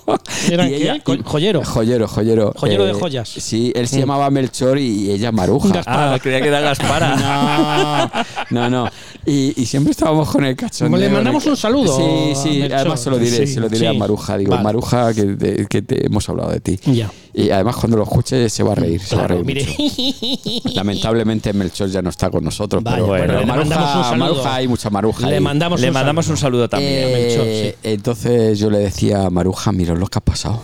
Speaker 4: ¿Era
Speaker 3: Y
Speaker 4: qué? Co- joyero.
Speaker 3: joyero joyero Eh,
Speaker 4: Joyero de joyas. Mm.
Speaker 3: sí él se llamaba Melchor y ella Maruja
Speaker 2: Ah, creía que era Gaspara.
Speaker 3: no, no. Y, y siempre estábamos con el cachondeo.
Speaker 4: Le mandamos un saludo
Speaker 3: Sí,
Speaker 4: a
Speaker 3: sí.
Speaker 4: Melchor.
Speaker 3: Además se lo diré,
Speaker 4: Sí,
Speaker 3: se lo diré a
Speaker 4: sí.
Speaker 3: Maruja. Digo,
Speaker 4: Vale.
Speaker 3: Maruja, que, te- que te hemos hablado de ti.
Speaker 4: Ya.
Speaker 3: Y además cuando lo escuche se va a reír. se va a
Speaker 4: Claro,
Speaker 3: reír
Speaker 4: mire.
Speaker 3: mucho. Lamentablemente Melchor ya no está con nosotros.
Speaker 4: Vaya,
Speaker 3: pero
Speaker 4: bueno,
Speaker 3: pero
Speaker 4: le mandamos un
Speaker 3: Maruja,
Speaker 4: saludo.
Speaker 3: Maruja, hay mucha Maruja.
Speaker 4: Le
Speaker 3: ahí.
Speaker 4: mandamos
Speaker 2: Le
Speaker 4: un
Speaker 2: mandamos un
Speaker 4: saludo.
Speaker 2: saludo también.
Speaker 3: Eh,
Speaker 4: Melchor, sí.
Speaker 3: Entonces yo le decía a Maruja, mira lo que ha pasado.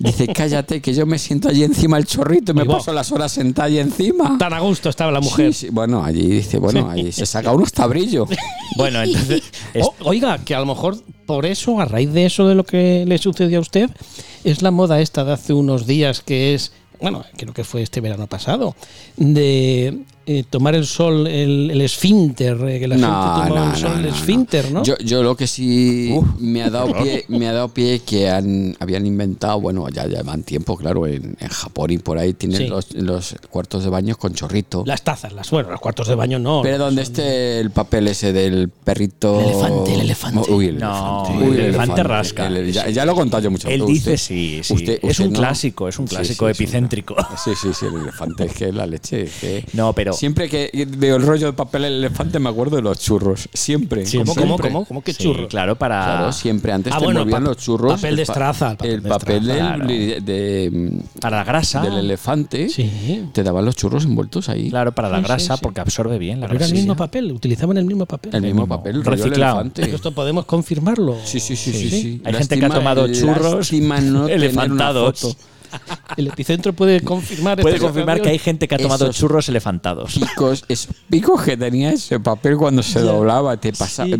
Speaker 3: Dice, cállate, que yo me siento allí encima el chorrito y me
Speaker 4: Ahí va.
Speaker 3: paso las horas sentada allí encima.
Speaker 4: Tan a gusto estaba la mujer.
Speaker 3: Sí, sí, Bueno, allí dice, bueno, allí se saca unos tabrillos.
Speaker 2: Bueno, entonces es-
Speaker 3: Oh,
Speaker 4: O- oiga, que a lo mejor por eso, a raíz de eso de lo que le sucedió a usted, es la moda esta de hace unos días que es, bueno, creo que fue este verano pasado, de eh, tomar el sol, el, el esfínter, eh, que la gente toma el sol, el esfínter, ¿no?
Speaker 3: Yo, yo lo que sí me ha dado pie, me ha dado pie que han, habían inventado, bueno, ya llevan tiempo, claro, en, en Japón y por ahí tienen
Speaker 4: Sí.
Speaker 3: los, los cuartos de baño con chorrito.
Speaker 4: las tazas, las bueno, los cuartos de baño no.
Speaker 3: pero donde esté el papel ese del perrito.
Speaker 4: El elefante, el elefante.
Speaker 3: Uy, el
Speaker 2: No,
Speaker 3: elefante.
Speaker 2: el
Speaker 3: Uy,
Speaker 2: elefante rasca.
Speaker 3: El- ya, ya lo he contado yo mucho.
Speaker 2: él dice sí, sí. es un clásico, es un clásico epicéntrico.
Speaker 3: Sí, sí, sí, el elefante es que es la leche. es que-
Speaker 2: No, pero-
Speaker 3: Siempre que veo el rollo de papel del elefante me acuerdo de los churros. Siempre.
Speaker 4: ¿Cómo,
Speaker 3: siempre.
Speaker 4: cómo, cómo, cómo que
Speaker 2: Sí,
Speaker 4: churro?
Speaker 2: Claro, para.
Speaker 3: Claro, siempre antes
Speaker 4: Ah,
Speaker 3: te
Speaker 4: bueno,
Speaker 3: envolvían
Speaker 4: pa-
Speaker 3: los churros.
Speaker 4: papel
Speaker 3: el
Speaker 4: de
Speaker 3: pa-
Speaker 4: estraza, el papel
Speaker 3: El
Speaker 4: de
Speaker 3: papel del,
Speaker 2: estraza,
Speaker 3: de- de-
Speaker 2: Para la grasa.
Speaker 3: del elefante.
Speaker 4: Sí.
Speaker 3: Te daban los churros envueltos ahí.
Speaker 2: Claro, para la
Speaker 4: Sí, sí,
Speaker 2: grasa,
Speaker 4: sí.
Speaker 2: porque absorbe bien la
Speaker 4: Pero era
Speaker 2: grasa.
Speaker 4: el mismo papel, utilizaban el mismo papel.
Speaker 3: El mismo
Speaker 2: mismo.
Speaker 3: papel, rollo del
Speaker 2: Reciclado.
Speaker 3: elefante.
Speaker 4: Esto podemos confirmarlo.
Speaker 3: Sí, sí, sí, sí, sí.
Speaker 2: Hay gente que ha tomado churros
Speaker 3: lástima no tener una
Speaker 2: elefantados.
Speaker 3: foto.
Speaker 4: El epicentro puede confirmar.
Speaker 2: Puede
Speaker 4: esta
Speaker 2: confirmar que hay gente que ha tomado
Speaker 3: Esos-
Speaker 2: churros elefantados.
Speaker 3: Picos, esos picos que tenía ese papel cuando se doblaba, te pasa,
Speaker 4: Sí.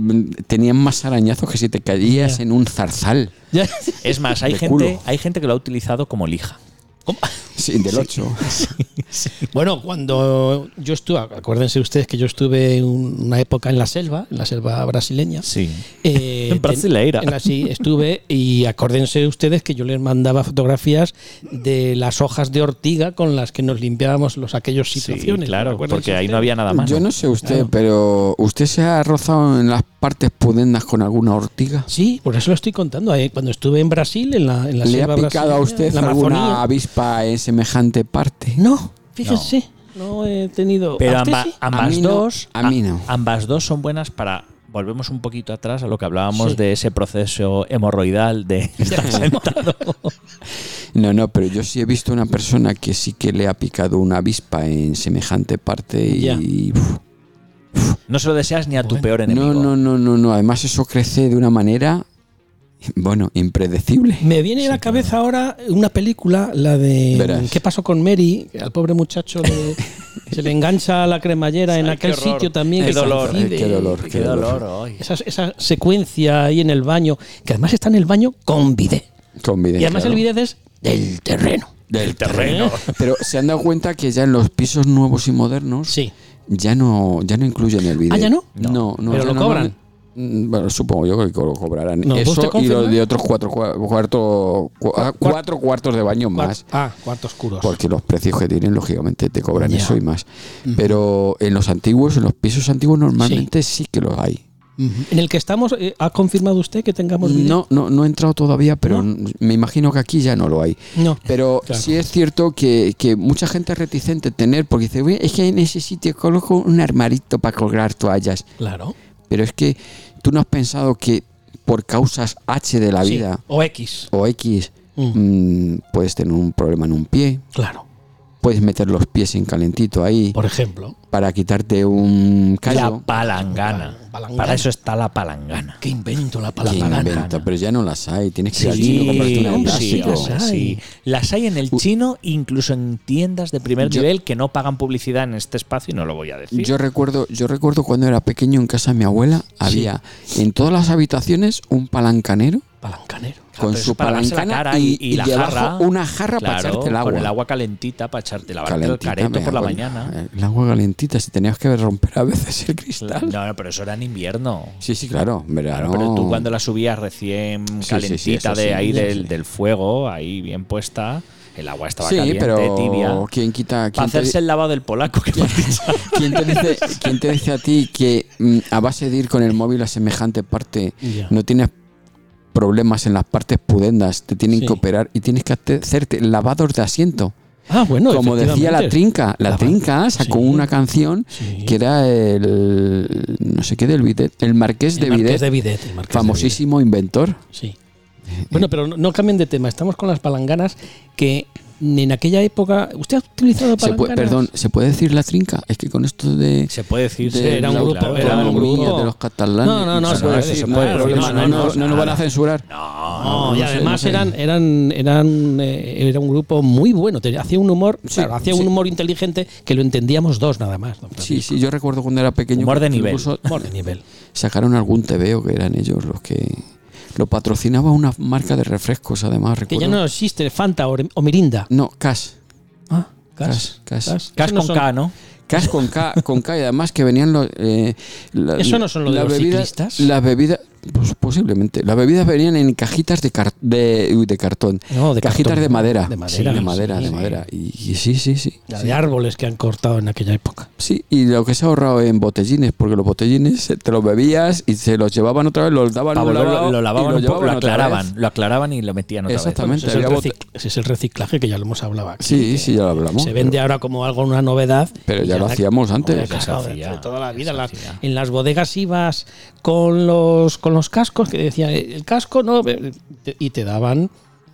Speaker 3: tenían más arañazos que si te caías en un zarzal.
Speaker 4: Ya-
Speaker 2: Es más, hay
Speaker 3: De
Speaker 2: gente,
Speaker 3: culo.
Speaker 2: hay gente que lo ha utilizado como lija.
Speaker 3: Sí, del 8.
Speaker 4: Bueno, cuando yo estuve, acuérdense ustedes que yo estuve un- una época en la selva, en la selva brasileña.
Speaker 2: Sí.
Speaker 4: Eh,
Speaker 2: En brasileira.
Speaker 4: en la- sí, estuve y acuérdense ustedes que yo les mandaba fotografías de las hojas de ortiga con las que nos limpiábamos los aquellos situaciones.
Speaker 2: claro,
Speaker 4: ¿Acuérdense
Speaker 2: porque ahí
Speaker 4: ustedes?
Speaker 2: no había nada más.
Speaker 3: Yo no sé usted, pero ¿usted se ha rozado en las partes pudendas con alguna ortiga?
Speaker 4: Sí, por eso lo estoy contando. eh, Cuando estuve en Brasil, en la, en la
Speaker 3: ¿Le ha
Speaker 4: selva
Speaker 3: picado a
Speaker 4: brasileña,
Speaker 3: usted
Speaker 4: en la
Speaker 3: alguna
Speaker 4: Amazonía.
Speaker 3: avispa en semejante parte?
Speaker 4: No, fíjense, no, he tenido.
Speaker 2: Pero
Speaker 4: ¿A usted
Speaker 2: amba-
Speaker 4: sí?
Speaker 2: ambas
Speaker 3: A mí no,
Speaker 2: dos.
Speaker 3: a mí no.
Speaker 2: ambas dos son buenas para. Volvemos un poquito atrás a lo que hablábamos de ese proceso hemorroidal de estar sentado.
Speaker 3: No, no, pero yo sí he visto una persona que sí que le ha picado una avispa en semejante parte y
Speaker 4: Ya.
Speaker 3: uf, uf,
Speaker 2: No se lo deseas ni a tu
Speaker 4: Bueno.
Speaker 2: peor enemigo.
Speaker 3: No, no, no, no, no. Además, eso crece de una manera, bueno, impredecible.
Speaker 4: Me viene a la cabeza ahora una película, la de
Speaker 3: Verás.
Speaker 4: ¿Qué pasó con Mary? Que Al pobre muchacho le- se le engancha la cremallera en
Speaker 2: Ay, qué
Speaker 4: aquel
Speaker 2: horror.
Speaker 4: sitio también.
Speaker 2: Qué
Speaker 4: que se
Speaker 2: dolor.
Speaker 4: incide.
Speaker 3: Ay, qué dolor.
Speaker 2: Qué dolor hoy.
Speaker 4: Esa, esa secuencia ahí en el baño, que además está en el baño con bidet.
Speaker 3: Con
Speaker 4: Y además el bidet es del terreno.
Speaker 3: Del
Speaker 2: terreno.
Speaker 3: Pero se han dado cuenta que ya en los pisos nuevos y modernos
Speaker 4: Sí.
Speaker 3: ya no ya no incluyen el vídeo.
Speaker 4: ¿Ah, ya no?
Speaker 3: No, no.
Speaker 4: ¿Pero
Speaker 3: ya
Speaker 4: lo
Speaker 3: no-
Speaker 4: cobran?
Speaker 3: Mm, Bueno, supongo yo que lo cobrarán.
Speaker 4: No, ¿vos te
Speaker 3: Eso y
Speaker 4: confirmas?
Speaker 3: los de otros cuatro, cua- cuarto- cua- cuatro cuartos de baño más.
Speaker 4: Ah, cuartos oscuros.
Speaker 3: Porque los precios que tienen, lógicamente, te cobran
Speaker 4: Ya.
Speaker 3: eso y más. Pero en los antiguos, en los pisos antiguos, normalmente sí, que los hay.
Speaker 4: Ujú. En el que estamos, eh, ¿ha confirmado usted que tengamos bidet?
Speaker 3: No, no, no he entrado todavía, pero me imagino que aquí ya no lo hay.
Speaker 4: No.
Speaker 3: Pero
Speaker 4: Claro.
Speaker 3: sí es cierto que, que mucha gente es reticente a tener, porque dice, "Uy, es que en ese sitio coloco un armarito para colgar toallas.
Speaker 4: Claro.
Speaker 3: Pero es que tú no has pensado que por causas H de la
Speaker 4: Sí.
Speaker 3: vida
Speaker 4: O X.
Speaker 3: o X
Speaker 4: Mm.
Speaker 3: mm, puedes tener un problema en un pie,
Speaker 4: Claro.
Speaker 3: puedes meter los pies en calentito ahí
Speaker 4: Por ejemplo.
Speaker 3: para quitarte un
Speaker 2: La
Speaker 3: callo.
Speaker 2: palangana.
Speaker 4: La palangana.
Speaker 2: Para eso está la palangana.
Speaker 4: Qué invento la
Speaker 3: Qué
Speaker 4: palangana.
Speaker 3: invento, pero ya no las hay, tienes que ir al chino y comprarte una
Speaker 2: Sí,
Speaker 3: de
Speaker 4: hombre,
Speaker 2: sí,
Speaker 3: plástico.
Speaker 4: las
Speaker 2: hombre,
Speaker 4: hay.
Speaker 2: sí. Las hay en el chino, incluso en tiendas de primer
Speaker 3: Yo-
Speaker 2: nivel que no pagan publicidad en este espacio y no lo voy a decir.
Speaker 3: Yo recuerdo, yo recuerdo cuando era pequeño en casa de mi abuela, había en todas las habitaciones un palancanero
Speaker 4: Palancanero.
Speaker 3: con
Speaker 2: Pero
Speaker 3: su
Speaker 2: eso para lavarse
Speaker 3: palancana
Speaker 2: la cara
Speaker 3: y,
Speaker 2: y,
Speaker 3: y
Speaker 2: la
Speaker 3: debajo
Speaker 2: jarra.
Speaker 3: una jarra para
Speaker 2: Claro,
Speaker 3: echarte el agua.
Speaker 2: Con el agua calentita para echarte la el
Speaker 3: Calentita,
Speaker 2: careto
Speaker 3: me
Speaker 2: por la
Speaker 3: acuerdo.
Speaker 2: mañana.
Speaker 3: El agua calentita, si tenías que romper a veces el cristal.
Speaker 2: No, no, pero eso era en invierno.
Speaker 3: Sí, sí, claro, en
Speaker 2: Claro,
Speaker 3: verano.
Speaker 2: pero tú cuando la subías recién
Speaker 3: sí,
Speaker 2: calentita
Speaker 3: sí, eso
Speaker 2: de
Speaker 3: sí,
Speaker 2: ahí
Speaker 3: sí,
Speaker 2: del,
Speaker 3: sí.
Speaker 2: del fuego, ahí bien puesta, el agua estaba
Speaker 3: Sí,
Speaker 2: caliente,
Speaker 3: pero
Speaker 2: tibia.
Speaker 3: ¿quién quita?
Speaker 2: Para
Speaker 3: ¿Quién te,
Speaker 2: hacerse el lavado del polaco, que me has dicho.
Speaker 3: quién te dice, quién te dice a ti que mm, a base de ir con el móvil a semejante parte
Speaker 4: Ya.
Speaker 3: no tienes problemas en las partes pudendas? Te tienen
Speaker 4: Sí.
Speaker 3: que operar y tienes que hacerte lavados de asiento.
Speaker 4: Ah, bueno.
Speaker 3: Como decía la
Speaker 4: efectivamente.
Speaker 3: trinca, la
Speaker 4: Lava-
Speaker 3: trinca sacó
Speaker 4: Sí.
Speaker 3: una canción
Speaker 4: Sí.
Speaker 3: que era el no sé qué del bidet, el marqués
Speaker 4: El
Speaker 3: de
Speaker 4: Marqués
Speaker 3: bidet,
Speaker 4: de Bidet, el Marqués de
Speaker 3: famosísimo inventor.
Speaker 4: Bidet, Sí. Bueno, pero no, no cambien de tema. Estamos con las palanganas que en aquella época. ¿Usted ha utilizado
Speaker 3: Se
Speaker 4: palanganas?
Speaker 3: puede- perdón, ¿se puede decir la trinca? Es que con esto de,
Speaker 2: Se puede decir,
Speaker 3: de
Speaker 2: sí,
Speaker 4: era un
Speaker 3: la
Speaker 2: claro,
Speaker 4: grupo,
Speaker 2: claro.
Speaker 4: era un
Speaker 3: autonomía
Speaker 4: grupo.
Speaker 3: de los catalanes,
Speaker 4: No, no, no,
Speaker 3: se
Speaker 4: se
Speaker 3: puede
Speaker 4: puede,
Speaker 3: decir,
Speaker 4: se
Speaker 3: no,
Speaker 4: puede,
Speaker 3: hay
Speaker 4: no,
Speaker 3: problema,
Speaker 4: no,
Speaker 3: no,
Speaker 4: no,
Speaker 3: no, no nos van a censurar.
Speaker 4: Ah, No, y
Speaker 3: no sé,
Speaker 4: además
Speaker 3: no sé.
Speaker 4: eran, eran, eran, eh, era un grupo muy bueno. Tenía- Hacía un humor, claro, hacía
Speaker 3: sí.
Speaker 4: un humor inteligente que lo entendíamos dos nada más. don
Speaker 3: Sí,
Speaker 4: Francisco.
Speaker 3: sí, yo recuerdo cuando era pequeño
Speaker 2: Humor de
Speaker 3: que
Speaker 2: nivel.
Speaker 3: incluso
Speaker 4: Humor de nivel.
Speaker 3: sacaron algún TVO que eran ellos los que lo patrocinaba una marca de refrescos, además
Speaker 4: Que
Speaker 3: recuerdo.
Speaker 4: ya no existe Fanta o, o Mirinda.
Speaker 3: no, Cash.
Speaker 4: Ah,
Speaker 3: Cas, Cas.
Speaker 2: Cas
Speaker 4: Eso no
Speaker 2: con
Speaker 4: son-
Speaker 2: K, ¿no?
Speaker 3: Cas con K, con K y además que venían los. eh, la-
Speaker 4: ¿Eso no son lo de
Speaker 3: las
Speaker 4: los
Speaker 3: bebidas-
Speaker 4: ciclistas?
Speaker 3: Las bebidas. Pues posiblemente. Las bebidas venían en cajitas de, car- de, uy, de cartón.
Speaker 4: No, de
Speaker 3: cajitas
Speaker 4: cartón.
Speaker 3: de madera.
Speaker 4: De madera,
Speaker 3: Sí, de madera,
Speaker 4: sí,
Speaker 3: de
Speaker 4: sí.
Speaker 3: madera. Y, y sí, sí, sí.
Speaker 4: La de árboles que han cortado en aquella época.
Speaker 3: Sí, y lo que se ha ahorrado en botellines, porque los botellines eh, te los bebías y se los llevaban otra vez, los daban
Speaker 2: Pa'
Speaker 3: un
Speaker 2: volverlo-
Speaker 3: lavado
Speaker 2: lo,
Speaker 3: y
Speaker 2: lavaban un poco, lo
Speaker 3: llevaban otra
Speaker 2: aclaraban,
Speaker 3: vez.
Speaker 2: lo aclaraban y lo metían otra
Speaker 3: Exactamente.
Speaker 4: Ese es, el
Speaker 3: había bote-
Speaker 4: recic- ese es el reciclaje que ya lo hemos hablado aquí.
Speaker 3: Sí, sí, ya lo hablamos.
Speaker 4: Se vende ahora como algo, una novedad.
Speaker 3: Pero
Speaker 4: y
Speaker 3: ya lo
Speaker 4: la-
Speaker 3: hacíamos antes.
Speaker 4: Hombre,
Speaker 2: Ya se
Speaker 4: claro,
Speaker 2: hacía,
Speaker 4: de toda la
Speaker 2: ya
Speaker 4: vida.
Speaker 2: se
Speaker 4: las-
Speaker 2: hacía.
Speaker 4: en las bodegas ibas con los, con los cascos, que decían, el casco no. eh, te- Y te daban.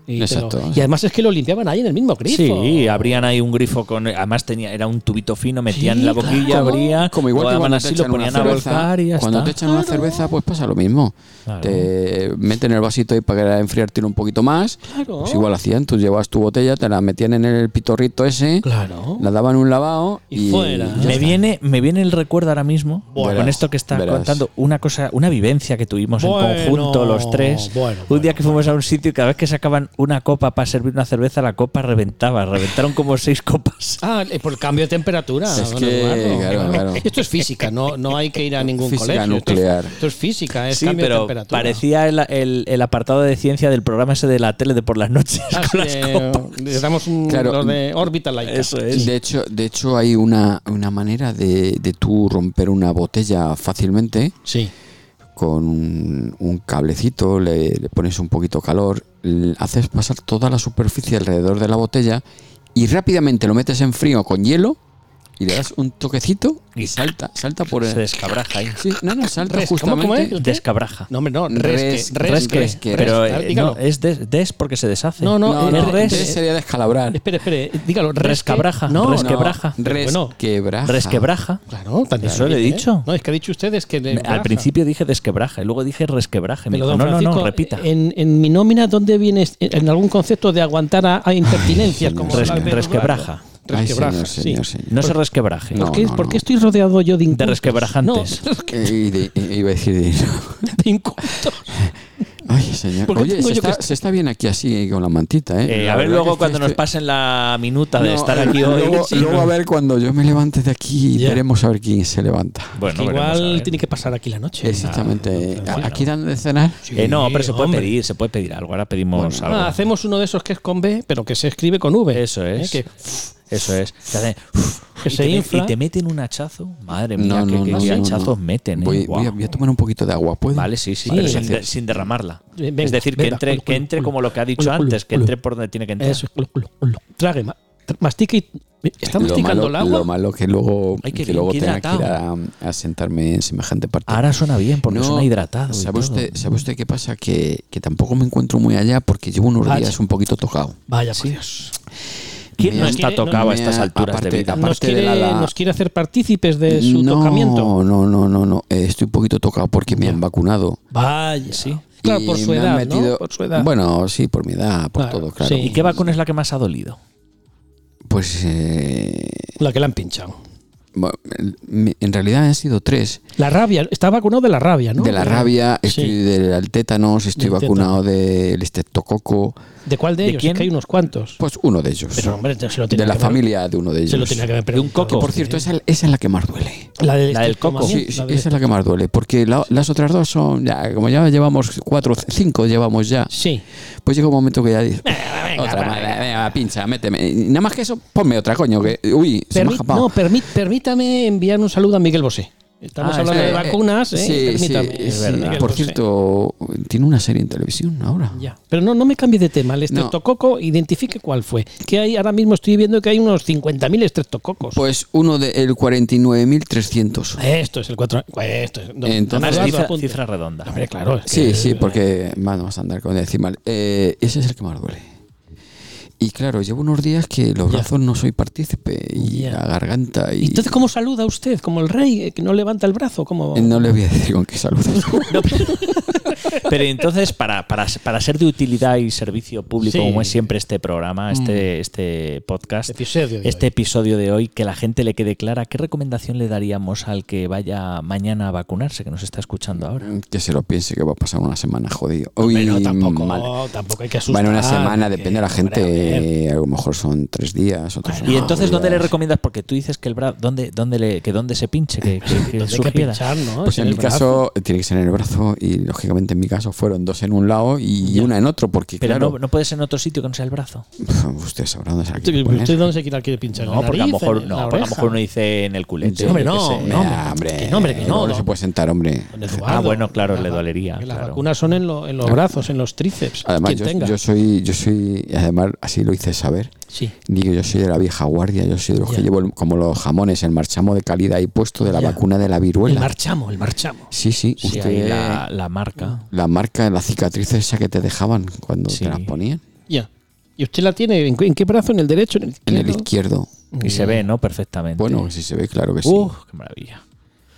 Speaker 4: Y, te lo-
Speaker 3: Exacto.
Speaker 4: y además es que lo limpiaban ahí en el mismo
Speaker 2: vez.
Speaker 4: grifo.
Speaker 2: Sí, abrían ahí un grifo con. Además, tenía, era un tubito fino, metían
Speaker 4: Sí,
Speaker 2: la boquilla,
Speaker 4: claro.
Speaker 2: abrían.
Speaker 3: Como igual
Speaker 2: lo
Speaker 3: que
Speaker 2: daban
Speaker 3: cuando
Speaker 2: así,
Speaker 3: te
Speaker 2: lo
Speaker 3: echan una
Speaker 2: ponían a
Speaker 3: cerveza,
Speaker 2: volcar y ya
Speaker 3: cuando
Speaker 2: está.
Speaker 3: te echan una cerveza, pues pasa lo mismo.
Speaker 2: Claro.
Speaker 3: Te meten el vasito ahí para enfriártelo un poquito más.
Speaker 4: Claro.
Speaker 3: Pues igual hacían, tú llevabas tu botella, te la metían en el pitorrito ese,
Speaker 4: Claro.
Speaker 3: la daban un lavado
Speaker 4: Y
Speaker 3: y,
Speaker 4: fuera.
Speaker 3: ya
Speaker 2: me
Speaker 3: está.
Speaker 2: viene, me viene el recuerdo ahora mismo
Speaker 3: Verás,
Speaker 2: con esto que estás
Speaker 3: verás.
Speaker 2: contando una cosa, una vivencia que tuvimos
Speaker 4: Bueno,
Speaker 2: en conjunto los tres.
Speaker 4: bueno,
Speaker 2: un día que fuimos a un sitio y cada vez que sacaban una copa para servir una cerveza, la copa reventaba. Reventaron como seis copas.
Speaker 4: Ah, eh, por cambio de temperatura.
Speaker 3: Es
Speaker 4: don
Speaker 3: que,
Speaker 4: Eduardo.
Speaker 3: claro, claro.
Speaker 4: Esto es física, no, no hay que ir a ningún
Speaker 3: Física
Speaker 4: colegio. Esto es-
Speaker 3: nuclear.
Speaker 4: Esto es física, es
Speaker 2: Sí,
Speaker 4: cambio de
Speaker 2: pero
Speaker 4: temperatura.
Speaker 2: parecía el, el- el apartado de ciencia del programa ese de la tele de por las noches.
Speaker 4: Ah,
Speaker 2: con las
Speaker 4: eh,
Speaker 2: copas.
Speaker 4: le damos un
Speaker 3: Claro.
Speaker 4: los de órbita laica.
Speaker 2: Eso es.
Speaker 3: De hecho, de hecho hay una, una manera de, de tú romper una botella fácilmente
Speaker 4: Sí.
Speaker 3: con un, un cablecito, le, le pones un poquito calor, l- haces pasar toda la superficie alrededor de la botella y rápidamente lo metes en frío con hielo y le das un toquecito y salta, salta por
Speaker 2: Se
Speaker 3: el.
Speaker 2: descabraja ahí.
Speaker 3: Sí, no, no, salta
Speaker 4: Res- ¿cómo-
Speaker 3: justamente.
Speaker 4: cómo es?
Speaker 2: Descabraja.
Speaker 4: No, hombre, no, resque,
Speaker 3: Res-
Speaker 4: resque,
Speaker 3: resque,
Speaker 2: Pero
Speaker 4: resque.
Speaker 2: eh,
Speaker 4: dígalo.
Speaker 2: no, es des, des porque se deshace.
Speaker 4: No,
Speaker 3: No, no,
Speaker 4: es res-
Speaker 3: entonces sería descalabrar.
Speaker 4: Espere, espere, dígalo, resque.
Speaker 2: Rescabraja,
Speaker 4: No,
Speaker 2: resque- resquebraja.
Speaker 3: No,
Speaker 4: Bueno.
Speaker 3: resquebraja.
Speaker 2: Resquebraja.
Speaker 4: Claro, tan
Speaker 2: Eso
Speaker 4: difícil,
Speaker 2: le he
Speaker 4: ¿eh?
Speaker 2: dicho.
Speaker 4: No, es que ha dicho ustedes que. le
Speaker 2: Al
Speaker 4: braja.
Speaker 2: principio dije desquebraja y luego dije resquebraje. Me dijo,
Speaker 4: Pero, don
Speaker 2: no, no, no,
Speaker 4: Francisco,
Speaker 2: repita.
Speaker 4: En, en mi nómina, ¿dónde vienes? ¿En algún concepto de aguantar a, a impertinencias? como
Speaker 2: Res-
Speaker 4: la de-
Speaker 2: resquebraja.
Speaker 3: Ay, señor,
Speaker 4: Resquebraja, sí.
Speaker 3: señor, señor.
Speaker 2: No se
Speaker 4: Pues-
Speaker 2: resquebraje.
Speaker 3: No.
Speaker 4: ¿Por, qué, por qué estoy rodeado yo de incultos?
Speaker 2: resquebrajantes.
Speaker 4: No, de
Speaker 3: Eh, y de- y- iba a decir dinero.
Speaker 4: incultos.
Speaker 3: Ay, señor.
Speaker 4: ¿Por qué
Speaker 3: Oye,
Speaker 4: tengo
Speaker 3: se
Speaker 4: yo que
Speaker 3: está,
Speaker 4: est-
Speaker 3: se está bien aquí así con la mantita, ¿eh?
Speaker 2: Eh,
Speaker 3: La
Speaker 2: a ver
Speaker 3: verdad
Speaker 2: luego
Speaker 3: que
Speaker 2: cuando
Speaker 4: este-
Speaker 3: estoy-
Speaker 2: nos pasen la minuta de
Speaker 3: No,
Speaker 2: estar
Speaker 3: eh,
Speaker 2: aquí hoy.
Speaker 3: Luego,
Speaker 2: sí,
Speaker 3: luego
Speaker 2: no.
Speaker 3: a ver cuando yo me levante de aquí
Speaker 4: Ya.
Speaker 3: veremos a ver quién se levanta.
Speaker 2: Bueno, ah,
Speaker 4: Que
Speaker 2: Pues veremos, a
Speaker 4: igual
Speaker 2: ver.
Speaker 4: tiene que pasar aquí la noche.
Speaker 3: Exactamente. Eh, ¿A- ¿Aquí dan de cenar?
Speaker 2: Eh, no, pero se puede
Speaker 4: hombre.
Speaker 2: pedir, se puede pedir algo. Ahora pedimos
Speaker 4: Ah,
Speaker 2: algo.
Speaker 4: hacemos uno de esos que es con B, pero que se escribe con V.
Speaker 2: Eso
Speaker 4: ¿eh?
Speaker 2: es.
Speaker 4: Que-
Speaker 2: Eso es. Se hace-
Speaker 4: Que
Speaker 2: y
Speaker 4: se
Speaker 2: te me-
Speaker 4: infla.
Speaker 2: Y te meten un hachazo. Madre mía,
Speaker 3: No,
Speaker 2: qué,
Speaker 3: no,
Speaker 2: qué-
Speaker 3: no,
Speaker 2: qué
Speaker 3: no, no.
Speaker 2: hachazos meten. eh.
Speaker 3: Voy,
Speaker 2: Guau.
Speaker 3: voy a, voy a tomar un poquito de agua, ¿puedo?
Speaker 2: Vale, sí, sí,
Speaker 4: Vale,
Speaker 2: pero
Speaker 4: sí,
Speaker 2: sin,
Speaker 4: sí.
Speaker 2: de- sin derramarla.
Speaker 4: Eh, venga,
Speaker 2: es decir, que
Speaker 4: venga,
Speaker 2: entre,
Speaker 4: culo,
Speaker 2: que
Speaker 4: culo,
Speaker 2: entre
Speaker 4: culo.
Speaker 2: como lo que ha dicho
Speaker 4: Culo, culo,
Speaker 2: antes, que
Speaker 4: culo.
Speaker 2: entre por donde tiene que entrar.
Speaker 4: Eso es. culo, culo, culo. Trague, ma- tra- mastique y. ¿Está
Speaker 3: Lo
Speaker 4: masticando
Speaker 3: malo,
Speaker 4: el agua?
Speaker 3: lo malo que luego,
Speaker 2: Ay, qué
Speaker 3: que
Speaker 2: bien,
Speaker 3: luego
Speaker 2: qué
Speaker 3: tenga que ir a, a sentarme en semejante parte.
Speaker 2: Ahora suena bien, porque
Speaker 3: No,
Speaker 2: suena hidratado. y todo.
Speaker 3: ¿Sabe usted, ¿Sabe usted qué pasa? Que, que tampoco me encuentro muy allá porque llevo unos
Speaker 4: Ah,
Speaker 3: días
Speaker 4: sí.
Speaker 3: un poquito tocado.
Speaker 4: Vaya, pues. por Dios.
Speaker 2: ¿Quién no
Speaker 3: Me-
Speaker 2: está
Speaker 4: me-
Speaker 2: tocado a
Speaker 3: me-
Speaker 2: estas alturas
Speaker 3: aparte-
Speaker 2: de vida?
Speaker 3: aparte-
Speaker 4: Nos quiere,
Speaker 3: de la- la-
Speaker 4: nos quiere hacer partícipes de su
Speaker 3: no,
Speaker 4: tocamiento.
Speaker 3: no, no, no, no. Eh, Estoy un poquito tocado porque me han vacunado.
Speaker 4: Vaya, sí. Claro,
Speaker 3: Y
Speaker 4: por su
Speaker 3: me han
Speaker 4: edad,
Speaker 3: metido-
Speaker 4: ¿no? Por su edad.
Speaker 3: Bueno, sí, por mi edad, por
Speaker 4: Claro,
Speaker 3: todo, claro.
Speaker 4: sí.
Speaker 2: ¿Y qué vacuna es la que más ha dolido?
Speaker 3: Pues eh,
Speaker 4: La que la han pinchado.
Speaker 3: bueno, me- en realidad han sido tres.
Speaker 4: La rabia. Está vacunado de la rabia, ¿no?
Speaker 3: De la rabia, estoy
Speaker 4: Sí.
Speaker 3: del tétanos, estoy
Speaker 4: Del
Speaker 3: vacunado del estreptococo.
Speaker 4: ¿De cuál de
Speaker 2: ¿De
Speaker 4: ellos?
Speaker 2: quién?
Speaker 4: Es que hay unos cuantos.
Speaker 3: Pues uno de ellos.
Speaker 4: Pero, hombre, entonces se lo tenía
Speaker 3: de la
Speaker 4: que haber-
Speaker 3: familia de uno de ellos.
Speaker 4: Se lo tenía que haber
Speaker 2: De un
Speaker 4: preguntado.
Speaker 2: coco.
Speaker 3: Por cierto, esa, esa es la que más duele.
Speaker 4: La del,
Speaker 2: La del coco.
Speaker 3: Sí,
Speaker 4: estreptomamia,
Speaker 3: sí,
Speaker 4: la del-
Speaker 3: esa es la que más duele, porque la- las otras dos son, ya, como ya llevamos cuatro, cinco llevamos ya,
Speaker 4: Sí.
Speaker 3: pues llega un momento que ya dices, otra, más, venga, pincha, méteme. Y Nada más que eso, ponme otra, coño, que, uy, se me ha
Speaker 4: Permi-
Speaker 3: escapado.
Speaker 4: no, permi- permítame enviar un saludo a Miguel Bosé. Estamos
Speaker 2: Ah,
Speaker 4: hablando
Speaker 2: es
Speaker 4: de
Speaker 2: que-
Speaker 4: vacunas, ¿eh?
Speaker 3: Sí, sí,
Speaker 4: Permítame.
Speaker 3: sí.
Speaker 4: Miguel
Speaker 3: Por
Speaker 4: Bosé.
Speaker 3: cierto, tiene una serie en televisión ahora.
Speaker 4: Ya. Pero no, no me cambie de tema. El estreptococo, identifique cuál fue. Que hay, ahora mismo estoy viendo que hay unos 50.000 estreptococos.
Speaker 3: Pues uno de el 49.300.
Speaker 4: esto es el 4. Esto es. no,
Speaker 3: Entonces-
Speaker 4: Eduardo,
Speaker 2: Además, cifra,
Speaker 4: apunte.
Speaker 2: cifra redonda.
Speaker 4: Hombre, claro. es
Speaker 3: Sí,
Speaker 4: que-
Speaker 3: sí, porque más vamos a andar con decimal. Eh, ese es el que más duele. Y claro, llevo unos días que los
Speaker 4: Ya.
Speaker 3: brazos no soy partícipe y
Speaker 4: Ya.
Speaker 3: la garganta y...
Speaker 4: ¿Y entonces cómo saluda usted? ¿Como el rey eh, que no levanta el brazo? ¿Cómo?
Speaker 3: No le voy a decir con qué saludos.
Speaker 2: No, pero- pero entonces, para, para, para ser de utilidad y servicio público,
Speaker 4: Sí.
Speaker 2: como es siempre este programa, este, este podcast,
Speaker 4: Episodio de
Speaker 2: este
Speaker 4: hoy.
Speaker 2: episodio de hoy, que la gente le quede clara, ¿qué recomendación le daríamos al que vaya mañana a vacunarse, que nos está escuchando ahora?
Speaker 3: que se lo piense que va a pasar una semana jodido. Uy,
Speaker 4: Pero tampoco,
Speaker 3: mal.
Speaker 4: tampoco hay que asustar.
Speaker 3: Bueno, una semana,
Speaker 4: porque,
Speaker 3: depende de la gente.
Speaker 4: hombre, a ver.
Speaker 3: eh, a lo mejor son tres días. Otros son
Speaker 2: Y
Speaker 3: dos
Speaker 2: entonces, ¿dónde le
Speaker 3: días.
Speaker 2: recomiendas? Porque tú dices que el brazo, ¿dónde, dónde le, que dónde se pinche, que, que- que
Speaker 4: Donde hay que
Speaker 2: sugiera?
Speaker 4: pinchar, ¿no?
Speaker 3: Pues en
Speaker 4: el
Speaker 3: mi
Speaker 4: brazo.
Speaker 3: caso eh, tiene que ser en el brazo y lógicamente en mi caso fueron dos en un lado y una en otro porque
Speaker 2: Pero
Speaker 3: claro,
Speaker 2: no, no puedes en otro sitio que no sea el brazo.
Speaker 3: usted sabrá dónde se la quiere poner.
Speaker 4: ¿Usted dónde se quiere quiere pinchar? ¿En
Speaker 2: No,
Speaker 4: la
Speaker 2: porque a lo
Speaker 4: nariz?
Speaker 2: mejor,
Speaker 4: ¿En
Speaker 2: no,
Speaker 4: la
Speaker 2: porque a lo
Speaker 4: oreja?
Speaker 2: mejor uno dice en el culete.
Speaker 4: Hombre,
Speaker 2: yo qué
Speaker 4: no,
Speaker 2: sé.
Speaker 4: no,
Speaker 3: Ah, hombre,
Speaker 4: que no, hombre, que no,
Speaker 3: luego
Speaker 4: no.
Speaker 3: se puede sentar, hombre.
Speaker 4: Don Eduardo,
Speaker 2: "Ah, bueno, claro, le
Speaker 4: la-
Speaker 2: dolería,
Speaker 4: que Las
Speaker 2: claro.
Speaker 4: vacunas son en, lo- en los brazos, en los tríceps.
Speaker 3: Además,
Speaker 4: quien
Speaker 3: yo,
Speaker 4: tenga.
Speaker 3: yo soy, yo soy, y además así lo hice saber.
Speaker 4: sí.
Speaker 3: Digo, yo soy de la vieja guardia, yo soy de los
Speaker 4: Ya.
Speaker 3: que llevo el- como los jamones, el marchamo de calidad y puesto de la
Speaker 4: Ya.
Speaker 3: vacuna de la
Speaker 4: El
Speaker 3: viruela.
Speaker 4: marchamo, el marchamo.
Speaker 3: sí, sí,
Speaker 2: Sí,
Speaker 3: usted-
Speaker 2: ahí la,
Speaker 3: la...
Speaker 2: la marca.
Speaker 3: marca, la cicatriz esa que te dejaban cuando
Speaker 2: Sí.
Speaker 3: te las ponían.
Speaker 4: Ya. ¿Y usted la tiene en, qué- en qué brazo? ¿En el derecho? ¿En el
Speaker 3: En el
Speaker 4: izquierdo?
Speaker 3: izquierdo.
Speaker 2: Y se ve, ¿no? Perfectamente.
Speaker 3: Bueno, si se ve, claro que sí.
Speaker 2: Uf, qué maravilla.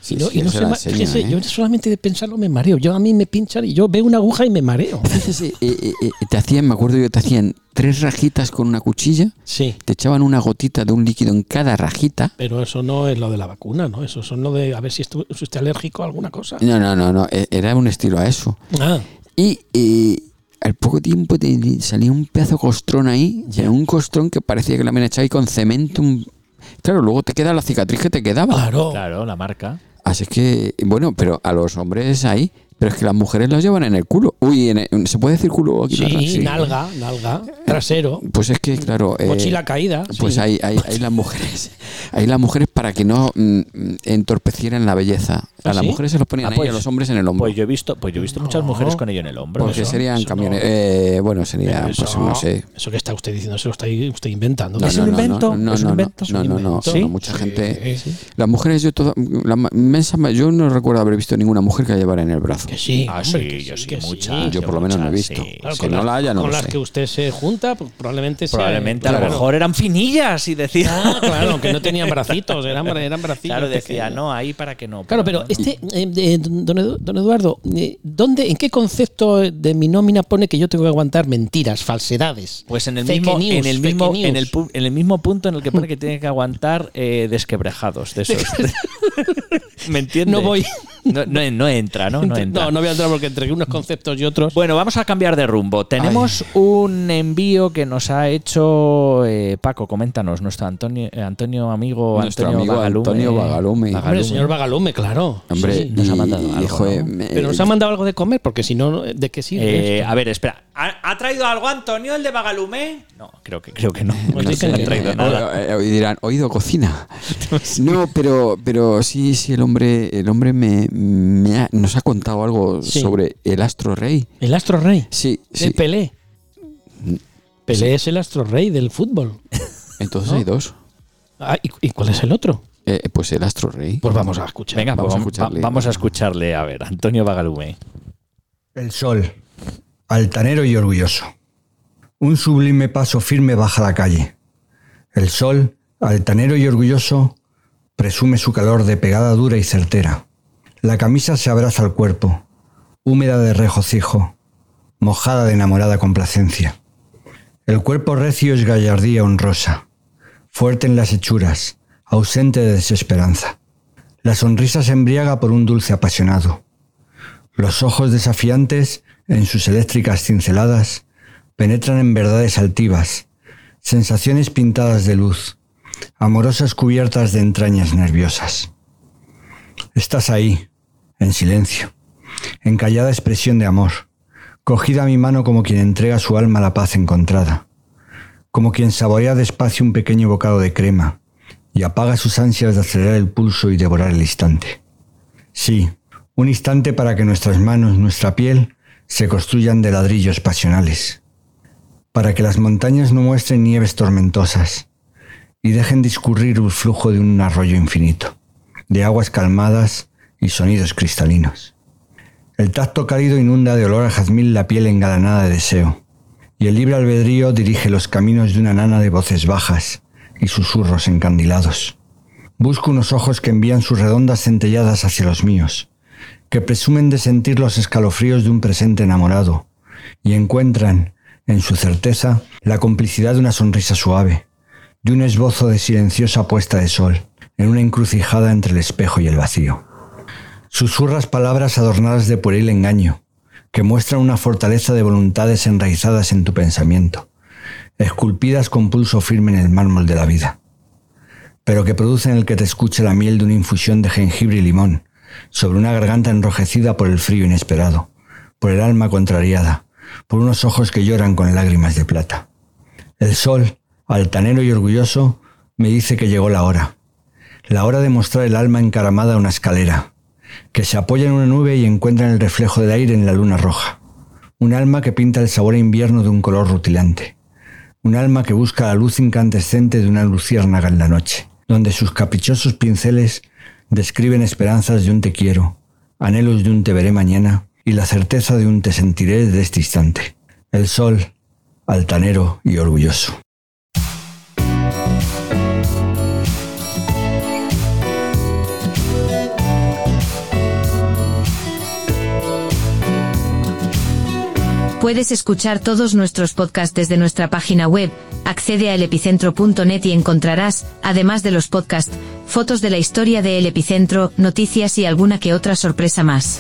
Speaker 3: Sí,
Speaker 4: Y no-
Speaker 3: sí,
Speaker 4: y no
Speaker 3: se
Speaker 4: se
Speaker 3: la
Speaker 4: ma-
Speaker 3: enseñan,
Speaker 4: fíjese,
Speaker 3: ¿eh?
Speaker 4: Yo solamente de pensarlo me mareo. Yo a mí me pinchan y yo veo una aguja y me mareo.
Speaker 3: Fíjese, eh, eh, eh, te hacían, me acuerdo yo, te hacían tres rajitas con una cuchilla,
Speaker 4: Sí.
Speaker 3: te echaban una gotita de un líquido en cada rajita.
Speaker 4: Pero eso no es lo de la vacuna, ¿no? Eso son lo de a ver si, estu- si usted alérgico a alguna cosa.
Speaker 3: No, no, no, no, eh, era un estilo a eso.
Speaker 4: Ah,
Speaker 3: Y eh, al poco tiempo te salía un pedazo de costrón ahí, y era un costrón que parecía que la habían echado ahí con cemento. un- Claro, luego te queda la
Speaker 4: Oh.
Speaker 3: cicatriz que te quedaba.
Speaker 4: claro.
Speaker 2: Claro, la marca.
Speaker 3: Así que, bueno, pero a los hombres ahí, Pero es que las mujeres los llevan en el culo. Uy, en el- ¿se puede decir culo aquí? Narra?
Speaker 4: Sí,
Speaker 3: Sí.
Speaker 4: nalga, nalga, trasero,
Speaker 3: Pues es que, claro. eh,
Speaker 4: mochila caída.
Speaker 3: Pues
Speaker 4: sí.
Speaker 3: hay, hay- hay las mujeres. Hay las mujeres para que no mm, mm, entorpecieran la belleza. A
Speaker 4: ¿Ah,
Speaker 3: las
Speaker 4: sí?
Speaker 3: mujeres se los ponían
Speaker 2: Ah,
Speaker 3: ahí,
Speaker 2: pues-
Speaker 3: a los hombres en el hombro.
Speaker 2: Pues yo he visto, pues yo he visto muchas
Speaker 4: No.
Speaker 2: mujeres con ello en el hombro.
Speaker 3: porque
Speaker 4: eso-
Speaker 3: serían
Speaker 4: eso
Speaker 3: camiones.
Speaker 4: no.
Speaker 3: eh, bueno, sería,
Speaker 4: Pero
Speaker 3: pues no sé.
Speaker 4: Eso que está usted diciendo, se lo está usted inventando.
Speaker 3: No,
Speaker 2: ¿Es
Speaker 3: no,
Speaker 2: un
Speaker 3: no, no,
Speaker 2: invento?
Speaker 3: No,
Speaker 2: ¿Es un
Speaker 3: no, no,
Speaker 2: invento? ¿Es
Speaker 3: no,
Speaker 2: un
Speaker 3: no, no,
Speaker 2: invento?
Speaker 3: no,
Speaker 2: ¿Sí? eh.
Speaker 3: mucha
Speaker 4: Sí,
Speaker 3: gente.
Speaker 4: sí.
Speaker 3: Las mujeres, yo toda- la ma- inmensa ma- yo no recuerdo haber visto ninguna mujer que la llevara en el brazo.
Speaker 4: Que sí.
Speaker 2: Ah,
Speaker 4: hombre,
Speaker 2: sí,
Speaker 4: que
Speaker 2: yo sí,
Speaker 4: que
Speaker 2: muchas.
Speaker 3: Yo por lo menos no he visto.
Speaker 2: Sí.
Speaker 4: Claro,
Speaker 3: Si
Speaker 4: con
Speaker 3: no
Speaker 4: las-
Speaker 3: la haya, no
Speaker 4: Con
Speaker 3: lo
Speaker 4: las
Speaker 3: sé.
Speaker 4: que usted se junta, pues, probablemente sea-
Speaker 2: Probablemente a
Speaker 3: claro.
Speaker 2: lo mejor eran finillas y decían.
Speaker 4: Ah, claro, que no tenían bracitos, eran, eran bracitos.
Speaker 2: Claro, decía,
Speaker 4: pequeños.
Speaker 2: no, ahí para que no.
Speaker 4: Claro, pero este, eh, eh, don, Edu- don Eduardo, eh, ¿dónde, ¿en qué concepto de mi nómina pone que yo tengo que aguantar mentiras, falsedades?
Speaker 2: Pues en el
Speaker 4: fake
Speaker 2: mismo,
Speaker 4: news,
Speaker 2: en el
Speaker 4: fake
Speaker 2: mismo,
Speaker 4: news?
Speaker 2: en el, pu- en el mismo punto en el que pone que tiene que aguantar eh, desquebrejados de esos. ¿Me entiendes?
Speaker 4: No voy.
Speaker 2: No, no- no entra, ¿no? No entra.
Speaker 4: No, no voy a entrar porque entre unos conceptos y otros.
Speaker 2: Bueno, vamos a cambiar de rumbo. Tenemos un envío que nos ha hecho eh, Paco, coméntanos, nuestro Antonio, eh, Antonio amigo
Speaker 3: Nuestro
Speaker 2: Antonio eh.
Speaker 3: amigo
Speaker 2: Bagalume.
Speaker 3: Antonio Bagalume.
Speaker 4: Hombre, el señor Vagalume, claro.
Speaker 3: Hombre,
Speaker 4: Sí, sí.
Speaker 2: nos ha
Speaker 3: y-
Speaker 2: mandado algo,
Speaker 3: y, joder,
Speaker 2: ¿no?
Speaker 3: me- eh,
Speaker 4: Pero nos ha mandado algo de comer, porque si no, ¿de qué sirve?
Speaker 2: Eh,
Speaker 4: esto?
Speaker 2: a ver, espera. ¿Ha, ha traído algo Antonio, el de Bagalume? No, creo que, creo que no.
Speaker 4: Pues
Speaker 2: No
Speaker 4: dicen
Speaker 2: se ha
Speaker 4: que
Speaker 2: traído
Speaker 4: no.
Speaker 2: nada.
Speaker 3: eh, Hoy, dirán, oído cocina. No, pero, pero sí, sí, el hombre, el hombre me, me ha- nos ha contado algo
Speaker 4: Sí.
Speaker 3: sobre el astro rey.
Speaker 4: el astro rey.
Speaker 3: Sí,
Speaker 4: De
Speaker 3: sí.
Speaker 4: Pelé. Pelé es el astro rey del fútbol.
Speaker 3: Entonces hay dos.
Speaker 4: Ah, ¿y, y cuál es el otro?
Speaker 3: Eh, pues el astro rey.
Speaker 4: Pues vamos a escuchar.
Speaker 2: Venga, vamos,
Speaker 3: Vamos a
Speaker 2: a
Speaker 3: escucharle.
Speaker 2: escucharle. vamos a escucharle. A ver, Antonio Bagalume.
Speaker 6: El sol, altanero y orgulloso. Un sublime paso firme baja la calle. El sol, altanero y orgulloso, presume su calor de pegada dura y certera. La camisa se abraza al cuerpo, húmeda de regocijo, mojada de enamorada complacencia. El cuerpo recio es gallardía honrosa, fuerte en las hechuras, ausente de desesperanza. La sonrisa se embriaga por un dulce apasionado. Los ojos desafiantes, en sus eléctricas cinceladas, penetran en verdades altivas, sensaciones pintadas de luz, amorosas cubiertas de entrañas nerviosas. Estás ahí, en silencio, en callada expresión de amor, cogida a mi mano como quien entrega su alma a la paz encontrada, como quien saborea despacio un pequeño bocado de crema y apaga sus ansias de acelerar el pulso y devorar el instante. Sí, un instante para que nuestras manos, nuestra piel, se construyan de ladrillos pasionales. Para que las montañas no muestren nieves tormentosas y dejen discurrir el flujo de un arroyo infinito, de aguas calmadas y sonidos cristalinos. El tacto cálido inunda de olor a jazmín la piel engalanada de deseo, y el libre albedrío dirige los caminos de una nana de voces bajas y susurros encandilados. Busco unos ojos que envían sus redondas centelladas hacia los míos, que presumen de sentir los escalofríos de un presente enamorado, y encuentran, en su certeza, la complicidad de una sonrisa suave, de un esbozo de silenciosa puesta de sol, en una encrucijada entre el espejo y el vacío. Susurras palabras adornadas de pueril engaño, que muestran una fortaleza de voluntades enraizadas en tu pensamiento, esculpidas con pulso firme en el mármol de la vida pero que produce en el que te escuche la miel de una infusión de jengibre y limón, sobre una garganta enrojecida por el frío inesperado, por el alma contrariada, por unos ojos que lloran con lágrimas de plata. El sol, altanero y orgulloso, me dice que llegó la hora, la hora de mostrar el alma encaramada a una escalera, que se apoya en una nube y encuentra en el reflejo del aire en la luna roja, un alma que pinta el sabor a invierno de un color rutilante, un alma que busca la luz incandescente de una luciérnaga en la noche, donde sus caprichosos pinceles describen esperanzas de un te quiero, anhelos de un te veré mañana y la certeza de un te sentiré desde este instante. El sol, altanero y orgulloso.
Speaker 7: Puedes escuchar todos nuestros podcasts desde nuestra página web, accede a elepicentro.net y encontrarás, además de los podcasts, fotos de la historia de El Epicentro, noticias y alguna que otra sorpresa más.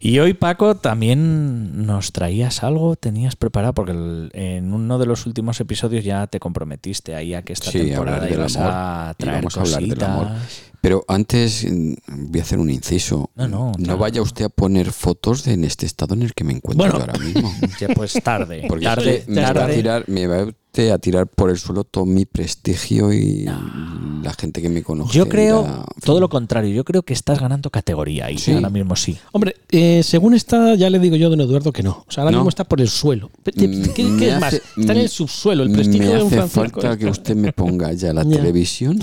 Speaker 2: Y hoy, Paco, también nos traías algo, tenías preparado, porque el- en uno de los últimos episodios ya te comprometiste ahí a que esta
Speaker 3: Sí,
Speaker 2: temporada
Speaker 3: hablar del
Speaker 2: ibas
Speaker 3: amor.
Speaker 2: a
Speaker 3: Y
Speaker 2: traer
Speaker 3: vamos a hablar del
Speaker 2: cositas.
Speaker 3: amor. Pero antes mm, voy a hacer un inciso.
Speaker 2: No, no, claro.
Speaker 3: vaya usted a poner fotos de en este estado en el que me encuentro
Speaker 4: Bueno.
Speaker 3: yo ahora mismo.
Speaker 2: Ya, pues tarde,
Speaker 3: Porque
Speaker 2: tarde,
Speaker 3: es que me, va a
Speaker 2: tarde.
Speaker 3: tirar, me va usted a tirar por el suelo todo mi prestigio y la gente que me conoce.
Speaker 2: Yo creo
Speaker 3: dirá, en
Speaker 2: todo
Speaker 3: fin.
Speaker 2: lo contrario. Yo creo que estás ganando categoría y
Speaker 3: Sí.
Speaker 2: ahora mismo sí.
Speaker 4: Hombre, eh, según está, ya le digo yo a don Eduardo que no. O sea, ahora
Speaker 3: No.
Speaker 4: mismo está por el suelo. ¿Qué,
Speaker 3: Mm,
Speaker 4: qué-
Speaker 3: me
Speaker 4: qué es
Speaker 3: hace- mm,
Speaker 4: más? Está en el subsuelo, el prestigio
Speaker 3: me
Speaker 4: de un
Speaker 3: hace
Speaker 4: Francisco.
Speaker 3: falta que usted me ponga ya la
Speaker 4: Ya.
Speaker 3: televisión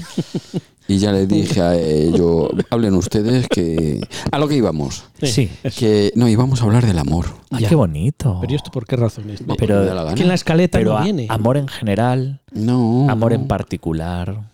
Speaker 3: y ya le dije a ello, hablen ustedes que a lo que íbamos,
Speaker 2: Sí.
Speaker 3: que no íbamos a hablar del amor.
Speaker 2: Ay,
Speaker 4: Ya.
Speaker 2: Ah, qué bonito.
Speaker 4: Pero ¿y esto por qué razón es?
Speaker 3: Porque
Speaker 2: Pero-
Speaker 3: me da la
Speaker 4: que
Speaker 3: gana.
Speaker 4: en la escaleta
Speaker 2: Pero
Speaker 4: no
Speaker 2: a-
Speaker 4: viene.
Speaker 2: amor en general,
Speaker 3: no,
Speaker 2: amor en
Speaker 3: no.
Speaker 2: particular.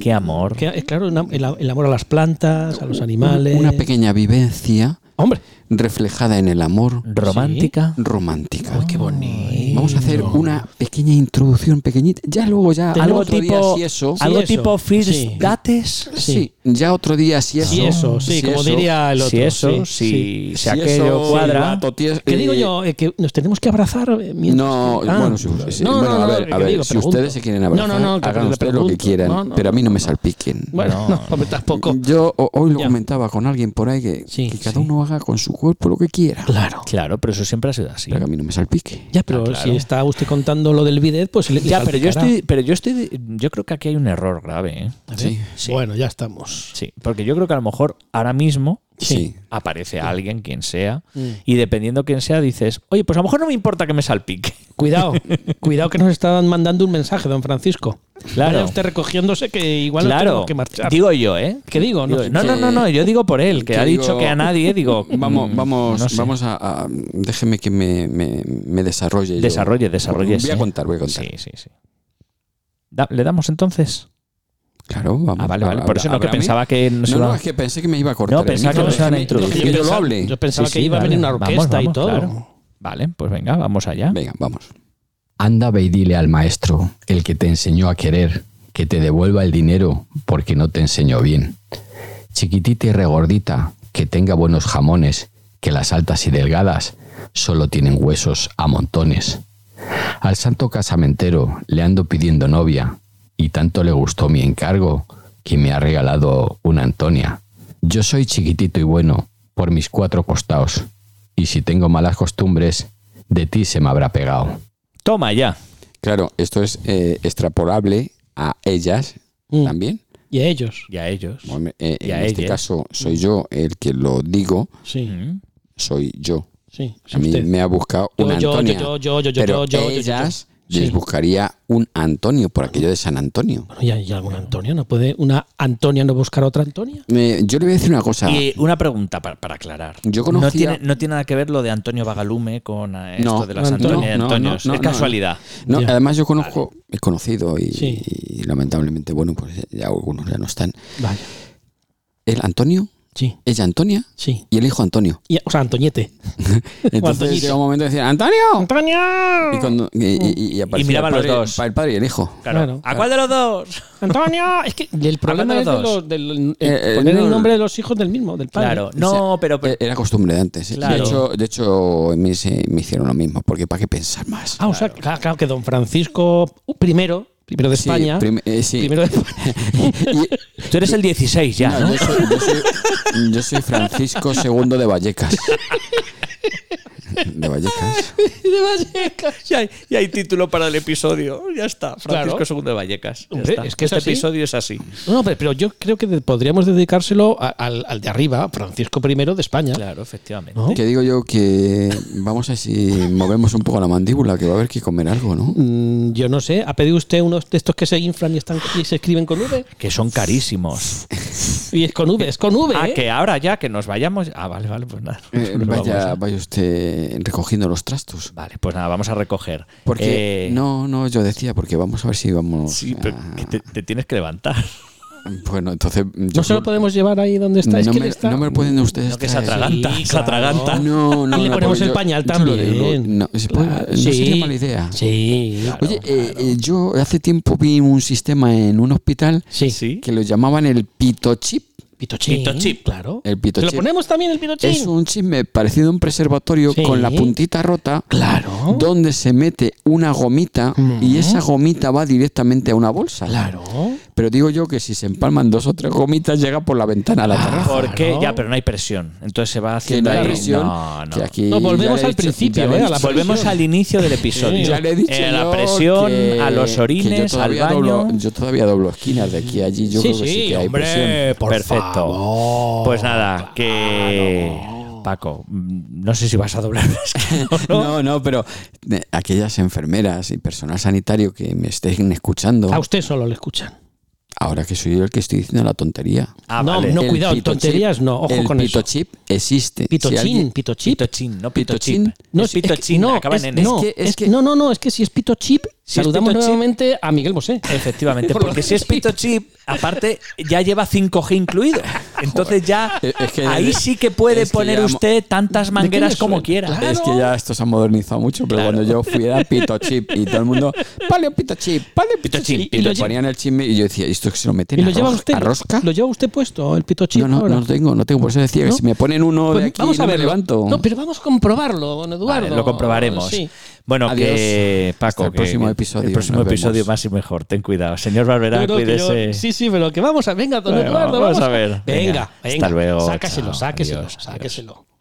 Speaker 2: ¿Qué
Speaker 3: Mm,
Speaker 2: amor?
Speaker 4: Que, eh, claro, una- el, el amor a las plantas, a los animales.
Speaker 3: una pequeña vivencia
Speaker 4: Hombre,
Speaker 3: reflejada en el amor
Speaker 2: ¿Romántica?
Speaker 3: romántica.
Speaker 4: Mm. qué bonito.
Speaker 3: Eh, Vamos a hacer una pequeña introducción pequeñita. Ya luego ya
Speaker 2: Algo
Speaker 3: otro día
Speaker 2: tipo-
Speaker 3: si eso.
Speaker 2: ¿Algo
Speaker 4: eso.
Speaker 2: tipo First
Speaker 4: Sí.
Speaker 2: Dates?
Speaker 3: Sí, ya otro día si eso.
Speaker 4: Sí, eso, sí,
Speaker 3: si
Speaker 4: como
Speaker 3: eso,
Speaker 4: diría el otro.
Speaker 2: si eso,
Speaker 4: sí, sí.
Speaker 2: si, si
Speaker 3: si
Speaker 2: aquello
Speaker 3: eso,
Speaker 2: cuadra.
Speaker 3: vato, tío,
Speaker 4: ¿Qué
Speaker 3: eh,
Speaker 4: digo yo? Eh, ¿Que nos tenemos que abrazar? eh, mientras-
Speaker 3: No,
Speaker 4: Ah.
Speaker 3: bueno, sí, sí, sí.
Speaker 4: No,
Speaker 3: Bueno,
Speaker 4: no,
Speaker 3: a
Speaker 4: no,
Speaker 3: ver,
Speaker 4: que
Speaker 3: a
Speaker 4: digo,
Speaker 3: ver, si
Speaker 4: pregunto.
Speaker 3: ustedes se quieren abrazar,
Speaker 4: No, no, no, que
Speaker 3: hagan
Speaker 4: le
Speaker 3: ustedes lo que
Speaker 4: pregunto.
Speaker 3: quieran,
Speaker 4: No, no,
Speaker 3: pero a mí no me salpiquen.
Speaker 4: Bueno, no, hombre, tampoco.
Speaker 3: Yo o- hoy lo
Speaker 4: Ya.
Speaker 3: comentaba con alguien por ahí que,
Speaker 4: Sí,
Speaker 3: que cada
Speaker 4: sí.
Speaker 3: uno haga con su cuerpo lo que quiera,
Speaker 4: Claro.
Speaker 2: Claro, pero eso siempre ha sido así.
Speaker 3: pero que a mí no me salpique.
Speaker 4: Ya, pero
Speaker 2: Ah, claro.
Speaker 4: si está usted contando lo del bidet, pues le- le
Speaker 2: Ya, pero yo
Speaker 4: salpicará.
Speaker 2: estoy, pero yo estoy, yo creo que aquí hay un error grave, ¿eh?
Speaker 4: A ver.
Speaker 3: Sí.
Speaker 4: Bueno, ya estamos.
Speaker 2: Sí, porque yo creo que a lo mejor ahora mismo
Speaker 3: Sí.
Speaker 2: aparece alguien, quien sea,
Speaker 4: Mm.
Speaker 2: y dependiendo quién sea, dices, oye, pues a lo mejor no me importa que me salpique.
Speaker 4: Cuidado, cuidado que nos están mandando un mensaje, don Francisco.
Speaker 2: Claro.
Speaker 4: Vaya usted recogiéndose que igual no
Speaker 2: claro,
Speaker 4: tenemos que marchar.
Speaker 2: digo yo, ¿eh?
Speaker 4: ¿Qué digo? No
Speaker 2: Digo-
Speaker 4: sé.
Speaker 2: no, no, no, no, yo digo por él, que,
Speaker 3: que
Speaker 2: ha
Speaker 3: digo-
Speaker 2: dicho que a nadie, digo,
Speaker 3: Vamos,
Speaker 2: mm,
Speaker 3: vamos,
Speaker 2: no sé.
Speaker 3: vamos a, a- déjeme que me, me- me desarrolle. yo.
Speaker 2: Desarrolle, desarrolle.
Speaker 3: Voy a
Speaker 2: sí.
Speaker 3: contar, voy a contar.
Speaker 2: Sí, sí, sí. Da- ¿Le damos entonces?
Speaker 3: Claro, vamos.
Speaker 2: Ah, vale, vale.
Speaker 3: habla-
Speaker 2: Por eso no que
Speaker 3: háblame.
Speaker 2: pensaba que no
Speaker 3: No,
Speaker 2: se
Speaker 3: no,
Speaker 2: lo-
Speaker 3: es que pensé que me iba a cortar.
Speaker 2: No,
Speaker 3: el
Speaker 2: pensaba que
Speaker 3: micro.
Speaker 2: nos iban a
Speaker 3: Déjeme-
Speaker 2: introducir.
Speaker 3: déjeme que
Speaker 4: Yo
Speaker 3: yo lo
Speaker 4: pensaba-
Speaker 3: hable.
Speaker 4: Yo pensaba
Speaker 2: Sí,
Speaker 4: que
Speaker 2: sí,
Speaker 4: iba a
Speaker 2: vale.
Speaker 4: venir una orquesta
Speaker 2: Vamos,
Speaker 4: y todo.
Speaker 2: vamos, claro. Vale, pues venga, vamos allá.
Speaker 3: Venga, vamos.
Speaker 8: Anda ve y dile al maestro, el que te enseñó a querer, que te devuelva el dinero porque no te enseñó bien. Chiquitita y regordita, que tenga buenos jamones, que las altas y delgadas solo tienen huesos a montones. Al santo casamentero le ando pidiendo novia, y tanto le gustó mi encargo que me ha regalado una Antonia. Yo soy chiquitito y bueno por mis cuatro costados, y si tengo malas costumbres, de ti se me habrá pegado.
Speaker 2: Toma ya.
Speaker 3: Claro, esto es eh, extrapolable a ellas
Speaker 4: Mm.
Speaker 3: también.
Speaker 4: Y a ellos.
Speaker 2: Y a ellos.
Speaker 3: Bueno, eh,
Speaker 2: Y
Speaker 3: en
Speaker 2: a
Speaker 3: este
Speaker 2: ellas.
Speaker 3: caso soy yo el que lo digo,
Speaker 4: Sí,
Speaker 2: Mm.
Speaker 3: soy yo.
Speaker 4: sí. sí,
Speaker 3: A mí
Speaker 4: usted.
Speaker 3: me ha buscado
Speaker 4: Yo,
Speaker 3: una
Speaker 4: yo, yo,
Speaker 3: Antonia.
Speaker 4: yo, yo, yo, yo,
Speaker 3: pero
Speaker 4: yo, yo, yo, yo.
Speaker 3: ellas
Speaker 4: Sí.
Speaker 3: les buscaría un Antonio por aquello de San Antonio.
Speaker 4: Bueno, y hay alguna Antonia, ¿no puede una Antonia no buscar otra Antonia?
Speaker 3: Eh, yo le voy a decir una cosa.
Speaker 2: Y una pregunta para, para aclarar.
Speaker 3: Yo
Speaker 2: no,
Speaker 3: conocía-
Speaker 2: tiene, no tiene nada que ver lo de Antonio Vagalume con eh, esto
Speaker 3: No,
Speaker 2: de las
Speaker 4: no,
Speaker 2: Antonia y
Speaker 3: no, no,
Speaker 2: Antonios.
Speaker 3: no,
Speaker 2: es
Speaker 3: no,
Speaker 2: casualidad.
Speaker 3: No,
Speaker 4: Ya.
Speaker 3: además yo conozco, he conocido y,
Speaker 4: Sí.
Speaker 3: y lamentablemente, bueno, pues ya algunos ya no están.
Speaker 4: Vaya.
Speaker 3: El Antonio,
Speaker 4: Sí,
Speaker 3: ella Antonia
Speaker 4: sí.
Speaker 3: y el hijo Antonio.
Speaker 4: Y- o sea, Antoñete.
Speaker 3: Entonces
Speaker 4: Antoñito.
Speaker 3: llega un momento de decir, ¡Antonio!
Speaker 4: ¡Antonio!
Speaker 3: Y, cuando- y- y- y aparecía
Speaker 2: miraban
Speaker 3: el
Speaker 2: los
Speaker 3: padre,
Speaker 2: dos.
Speaker 3: El padre y el hijo.
Speaker 2: Claro.
Speaker 4: Claro.
Speaker 2: ¿A cuál de los dos?
Speaker 4: Antonio, es que el problema es de
Speaker 2: Hablando de
Speaker 4: los, del, el
Speaker 3: Eh, eh,
Speaker 4: poner
Speaker 3: no,
Speaker 4: el nombre de los hijos del mismo, del padre.
Speaker 2: Claro. No, pero. pero-
Speaker 3: Eh, Era costumbre de antes. ¿eh?
Speaker 2: Claro.
Speaker 3: De hecho, de hecho en mí se- me hicieron lo mismo, porque ¿para qué pensar más?
Speaker 4: Ah, o sea, claro, claro, que don Francisco I, primero, primero de
Speaker 3: Sí,
Speaker 4: España.
Speaker 3: prim- eh, sí.
Speaker 4: Primero de España.
Speaker 3: Y-
Speaker 2: Tú eres el 16 ya,
Speaker 3: no,
Speaker 2: ¿no?
Speaker 3: yo, soy, yo soy- yo soy Francisco II de Vallecas. De Vallecas.
Speaker 4: de Vallecas.
Speaker 2: Ya hay, ya hay título para el episodio. Ya está. Francisco
Speaker 4: Claro.
Speaker 2: II de Vallecas. Ya
Speaker 4: Hombre,
Speaker 2: está.
Speaker 4: es que es
Speaker 2: este
Speaker 4: así.
Speaker 2: episodio es así.
Speaker 4: No, pero, pero yo creo que de- podríamos dedicárselo a- al, al de arriba, Francisco I de España.
Speaker 2: Claro, efectivamente.
Speaker 4: ¿No?
Speaker 3: Que digo yo que vamos a ver si movemos un poco la mandíbula, que va a haber que comer algo, ¿no?
Speaker 4: Mm, Yo no sé, ¿ha pedido usted unos de estos que se inflan y, están, y se escriben con V?
Speaker 2: Que son carísimos.
Speaker 4: Y es con V, es con V.
Speaker 2: Ah,
Speaker 4: ¿eh?
Speaker 2: que ahora ya que nos vayamos. Ah, vale, vale, pues nada.
Speaker 3: Eh,
Speaker 2: Nos vamos,
Speaker 3: vaya,
Speaker 2: ¿eh?
Speaker 3: vaya usted recogiendo los trastos.
Speaker 2: Vale, pues nada, vamos a recoger.
Speaker 3: Porque
Speaker 2: Eh,
Speaker 3: no, no, yo decía, porque vamos a ver si vamos.
Speaker 2: Sí, pero
Speaker 3: a-
Speaker 2: que te, te tienes que levantar.
Speaker 3: Bueno, entonces. mm, yo
Speaker 4: No se lo
Speaker 3: creo-
Speaker 4: podemos llevar ahí donde está.
Speaker 3: Pues
Speaker 4: es
Speaker 3: no
Speaker 4: que
Speaker 3: me,
Speaker 4: le está...
Speaker 3: no me lo pueden ustedes.
Speaker 2: No, que se
Speaker 3: traer.
Speaker 2: atraganta.
Speaker 4: Sí,
Speaker 2: Se
Speaker 4: claro.
Speaker 2: atraganta.
Speaker 3: No, no.
Speaker 4: Y le
Speaker 3: no,
Speaker 4: ponemos
Speaker 3: porque
Speaker 4: el
Speaker 3: yo-
Speaker 4: pañal
Speaker 3: yo
Speaker 4: también.
Speaker 3: lo- no, se puede-
Speaker 4: Claro,
Speaker 3: no
Speaker 4: Ah, sí.
Speaker 3: sería mala idea.
Speaker 4: Sí.
Speaker 3: Oye, eh, eh, yo hace tiempo vi un sistema en un hospital
Speaker 4: Sí.
Speaker 2: Sí.
Speaker 3: que lo llamaban el pitochip.
Speaker 4: Pitochín.
Speaker 2: Pitochip.
Speaker 4: Claro.
Speaker 3: El pitochip.
Speaker 4: ¿Se lo ponemos también el pitochín?
Speaker 3: Es un chisme parecido a un preservatorio
Speaker 4: Sí.
Speaker 3: con la puntita rota.
Speaker 4: Claro.
Speaker 3: Donde se mete una gomita y esa gomita va directamente a una bolsa.
Speaker 4: Claro.
Speaker 3: Pero digo yo que si se empalman dos o tres gomitas, llega por la ventana a
Speaker 4: Ah,
Speaker 3: la terraza.
Speaker 2: Porque
Speaker 4: ¿no?
Speaker 2: ya, pero no hay presión. Entonces se va
Speaker 3: Que
Speaker 2: haciendo
Speaker 3: no hay
Speaker 2: ahí-
Speaker 3: presión,
Speaker 2: No, no.
Speaker 3: que aquí
Speaker 4: No, volvemos
Speaker 3: ya le he
Speaker 4: al principio,
Speaker 3: ya le he
Speaker 4: ¿eh? a la
Speaker 3: dicho-
Speaker 2: Volvemos al inicio del episodio.
Speaker 3: Ya le he dicho
Speaker 2: Eh, a la
Speaker 3: yo
Speaker 2: presión,
Speaker 3: que-
Speaker 2: a los
Speaker 3: que yo
Speaker 2: orines, al
Speaker 3: todavía
Speaker 2: baño.
Speaker 3: doblo- yo todavía doblo esquinas de aquí a allí. Yo creo que sí que hay presión.
Speaker 4: por
Speaker 2: Perfecto.
Speaker 4: favor.
Speaker 2: Pues nada, que. Paco, mm, no sé si vas a doblar. ¿no?
Speaker 3: No, no, pero eh, aquellas enfermeras y personal sanitario que me estén escuchando,
Speaker 4: A usted solo le escuchan.
Speaker 3: ahora que soy yo el que estoy diciendo la tontería.
Speaker 2: Ah,
Speaker 4: No,
Speaker 2: vale.
Speaker 4: no,
Speaker 3: El
Speaker 4: cuidado,
Speaker 3: pitochip-
Speaker 4: tonterías no, ojo
Speaker 3: el
Speaker 4: con eso.
Speaker 3: pitochip existe. Si
Speaker 4: Pitochín,
Speaker 3: alguien-
Speaker 4: pitochip.
Speaker 2: Pitochín, no pitochip.
Speaker 3: Pitochín.
Speaker 2: No,
Speaker 4: No,
Speaker 2: es
Speaker 4: si- es que-
Speaker 2: pitochín,
Speaker 4: no,
Speaker 2: acaba
Speaker 4: es-
Speaker 2: en N.
Speaker 4: No,
Speaker 3: Es que- es
Speaker 4: es-
Speaker 3: que-
Speaker 4: no, no, no, es que si es pito chip,
Speaker 2: Si es
Speaker 4: saludamos
Speaker 2: pito chip-
Speaker 4: nuevamente a Miguel Bosé.
Speaker 2: Efectivamente,
Speaker 4: Por lo
Speaker 2: porque si es
Speaker 4: que-
Speaker 2: pitochip, aparte ya lleva 5G incluido. Entonces ya
Speaker 3: Eh, es que-
Speaker 2: ahí sí que puede
Speaker 3: es que
Speaker 2: poner
Speaker 3: ya-
Speaker 2: usted tantas mangueras
Speaker 4: le
Speaker 2: como
Speaker 4: suena?
Speaker 2: quiera.
Speaker 3: Es que ya esto se ha modernizado mucho, pero cuando yo fui era pitochip y todo el mundo, paleo pitochip, paleo
Speaker 2: Pitochip,
Speaker 3: pitochip. Y le
Speaker 2: pitochip.
Speaker 3: ponían el chisme y yo decía, ¿esto que se lo meten
Speaker 4: ¿Y lo
Speaker 3: a
Speaker 4: lleva
Speaker 3: ros-
Speaker 4: usted?
Speaker 3: a rosca?
Speaker 4: ¿Lo lleva usted puesto, el pitochip
Speaker 3: No, no,
Speaker 4: ahora?
Speaker 3: no tengo, no tengo. Por eso decía
Speaker 4: ¿No?
Speaker 3: que si me ponen uno
Speaker 4: Pues
Speaker 3: de aquí,
Speaker 4: vamos a
Speaker 3: no me
Speaker 4: verlo.
Speaker 3: levanto.
Speaker 4: No, pero vamos a comprobarlo, don Eduardo.
Speaker 2: Vale, lo comprobaremos.
Speaker 4: Sí.
Speaker 2: Bueno, que
Speaker 3: Adiós.
Speaker 2: Paco,
Speaker 3: Hasta el
Speaker 2: que-
Speaker 3: próximo
Speaker 2: que-
Speaker 3: episodio.
Speaker 2: El próximo
Speaker 3: Nos vemos.
Speaker 2: episodio más y mejor. Ten cuidado. Señor Barberá,
Speaker 4: Yo creo que yo-
Speaker 2: cuídese.
Speaker 4: sí, sí, pero que vamos a. Venga, don
Speaker 2: Bueno,
Speaker 4: Eduardo,
Speaker 2: vamos a ver.
Speaker 4: Venga,
Speaker 2: Venga, hasta
Speaker 4: venga.
Speaker 2: luego,
Speaker 4: Sáqueselo,
Speaker 2: chao,
Speaker 4: sáqueselo,
Speaker 2: adiós, adiós.
Speaker 4: sáqueselo.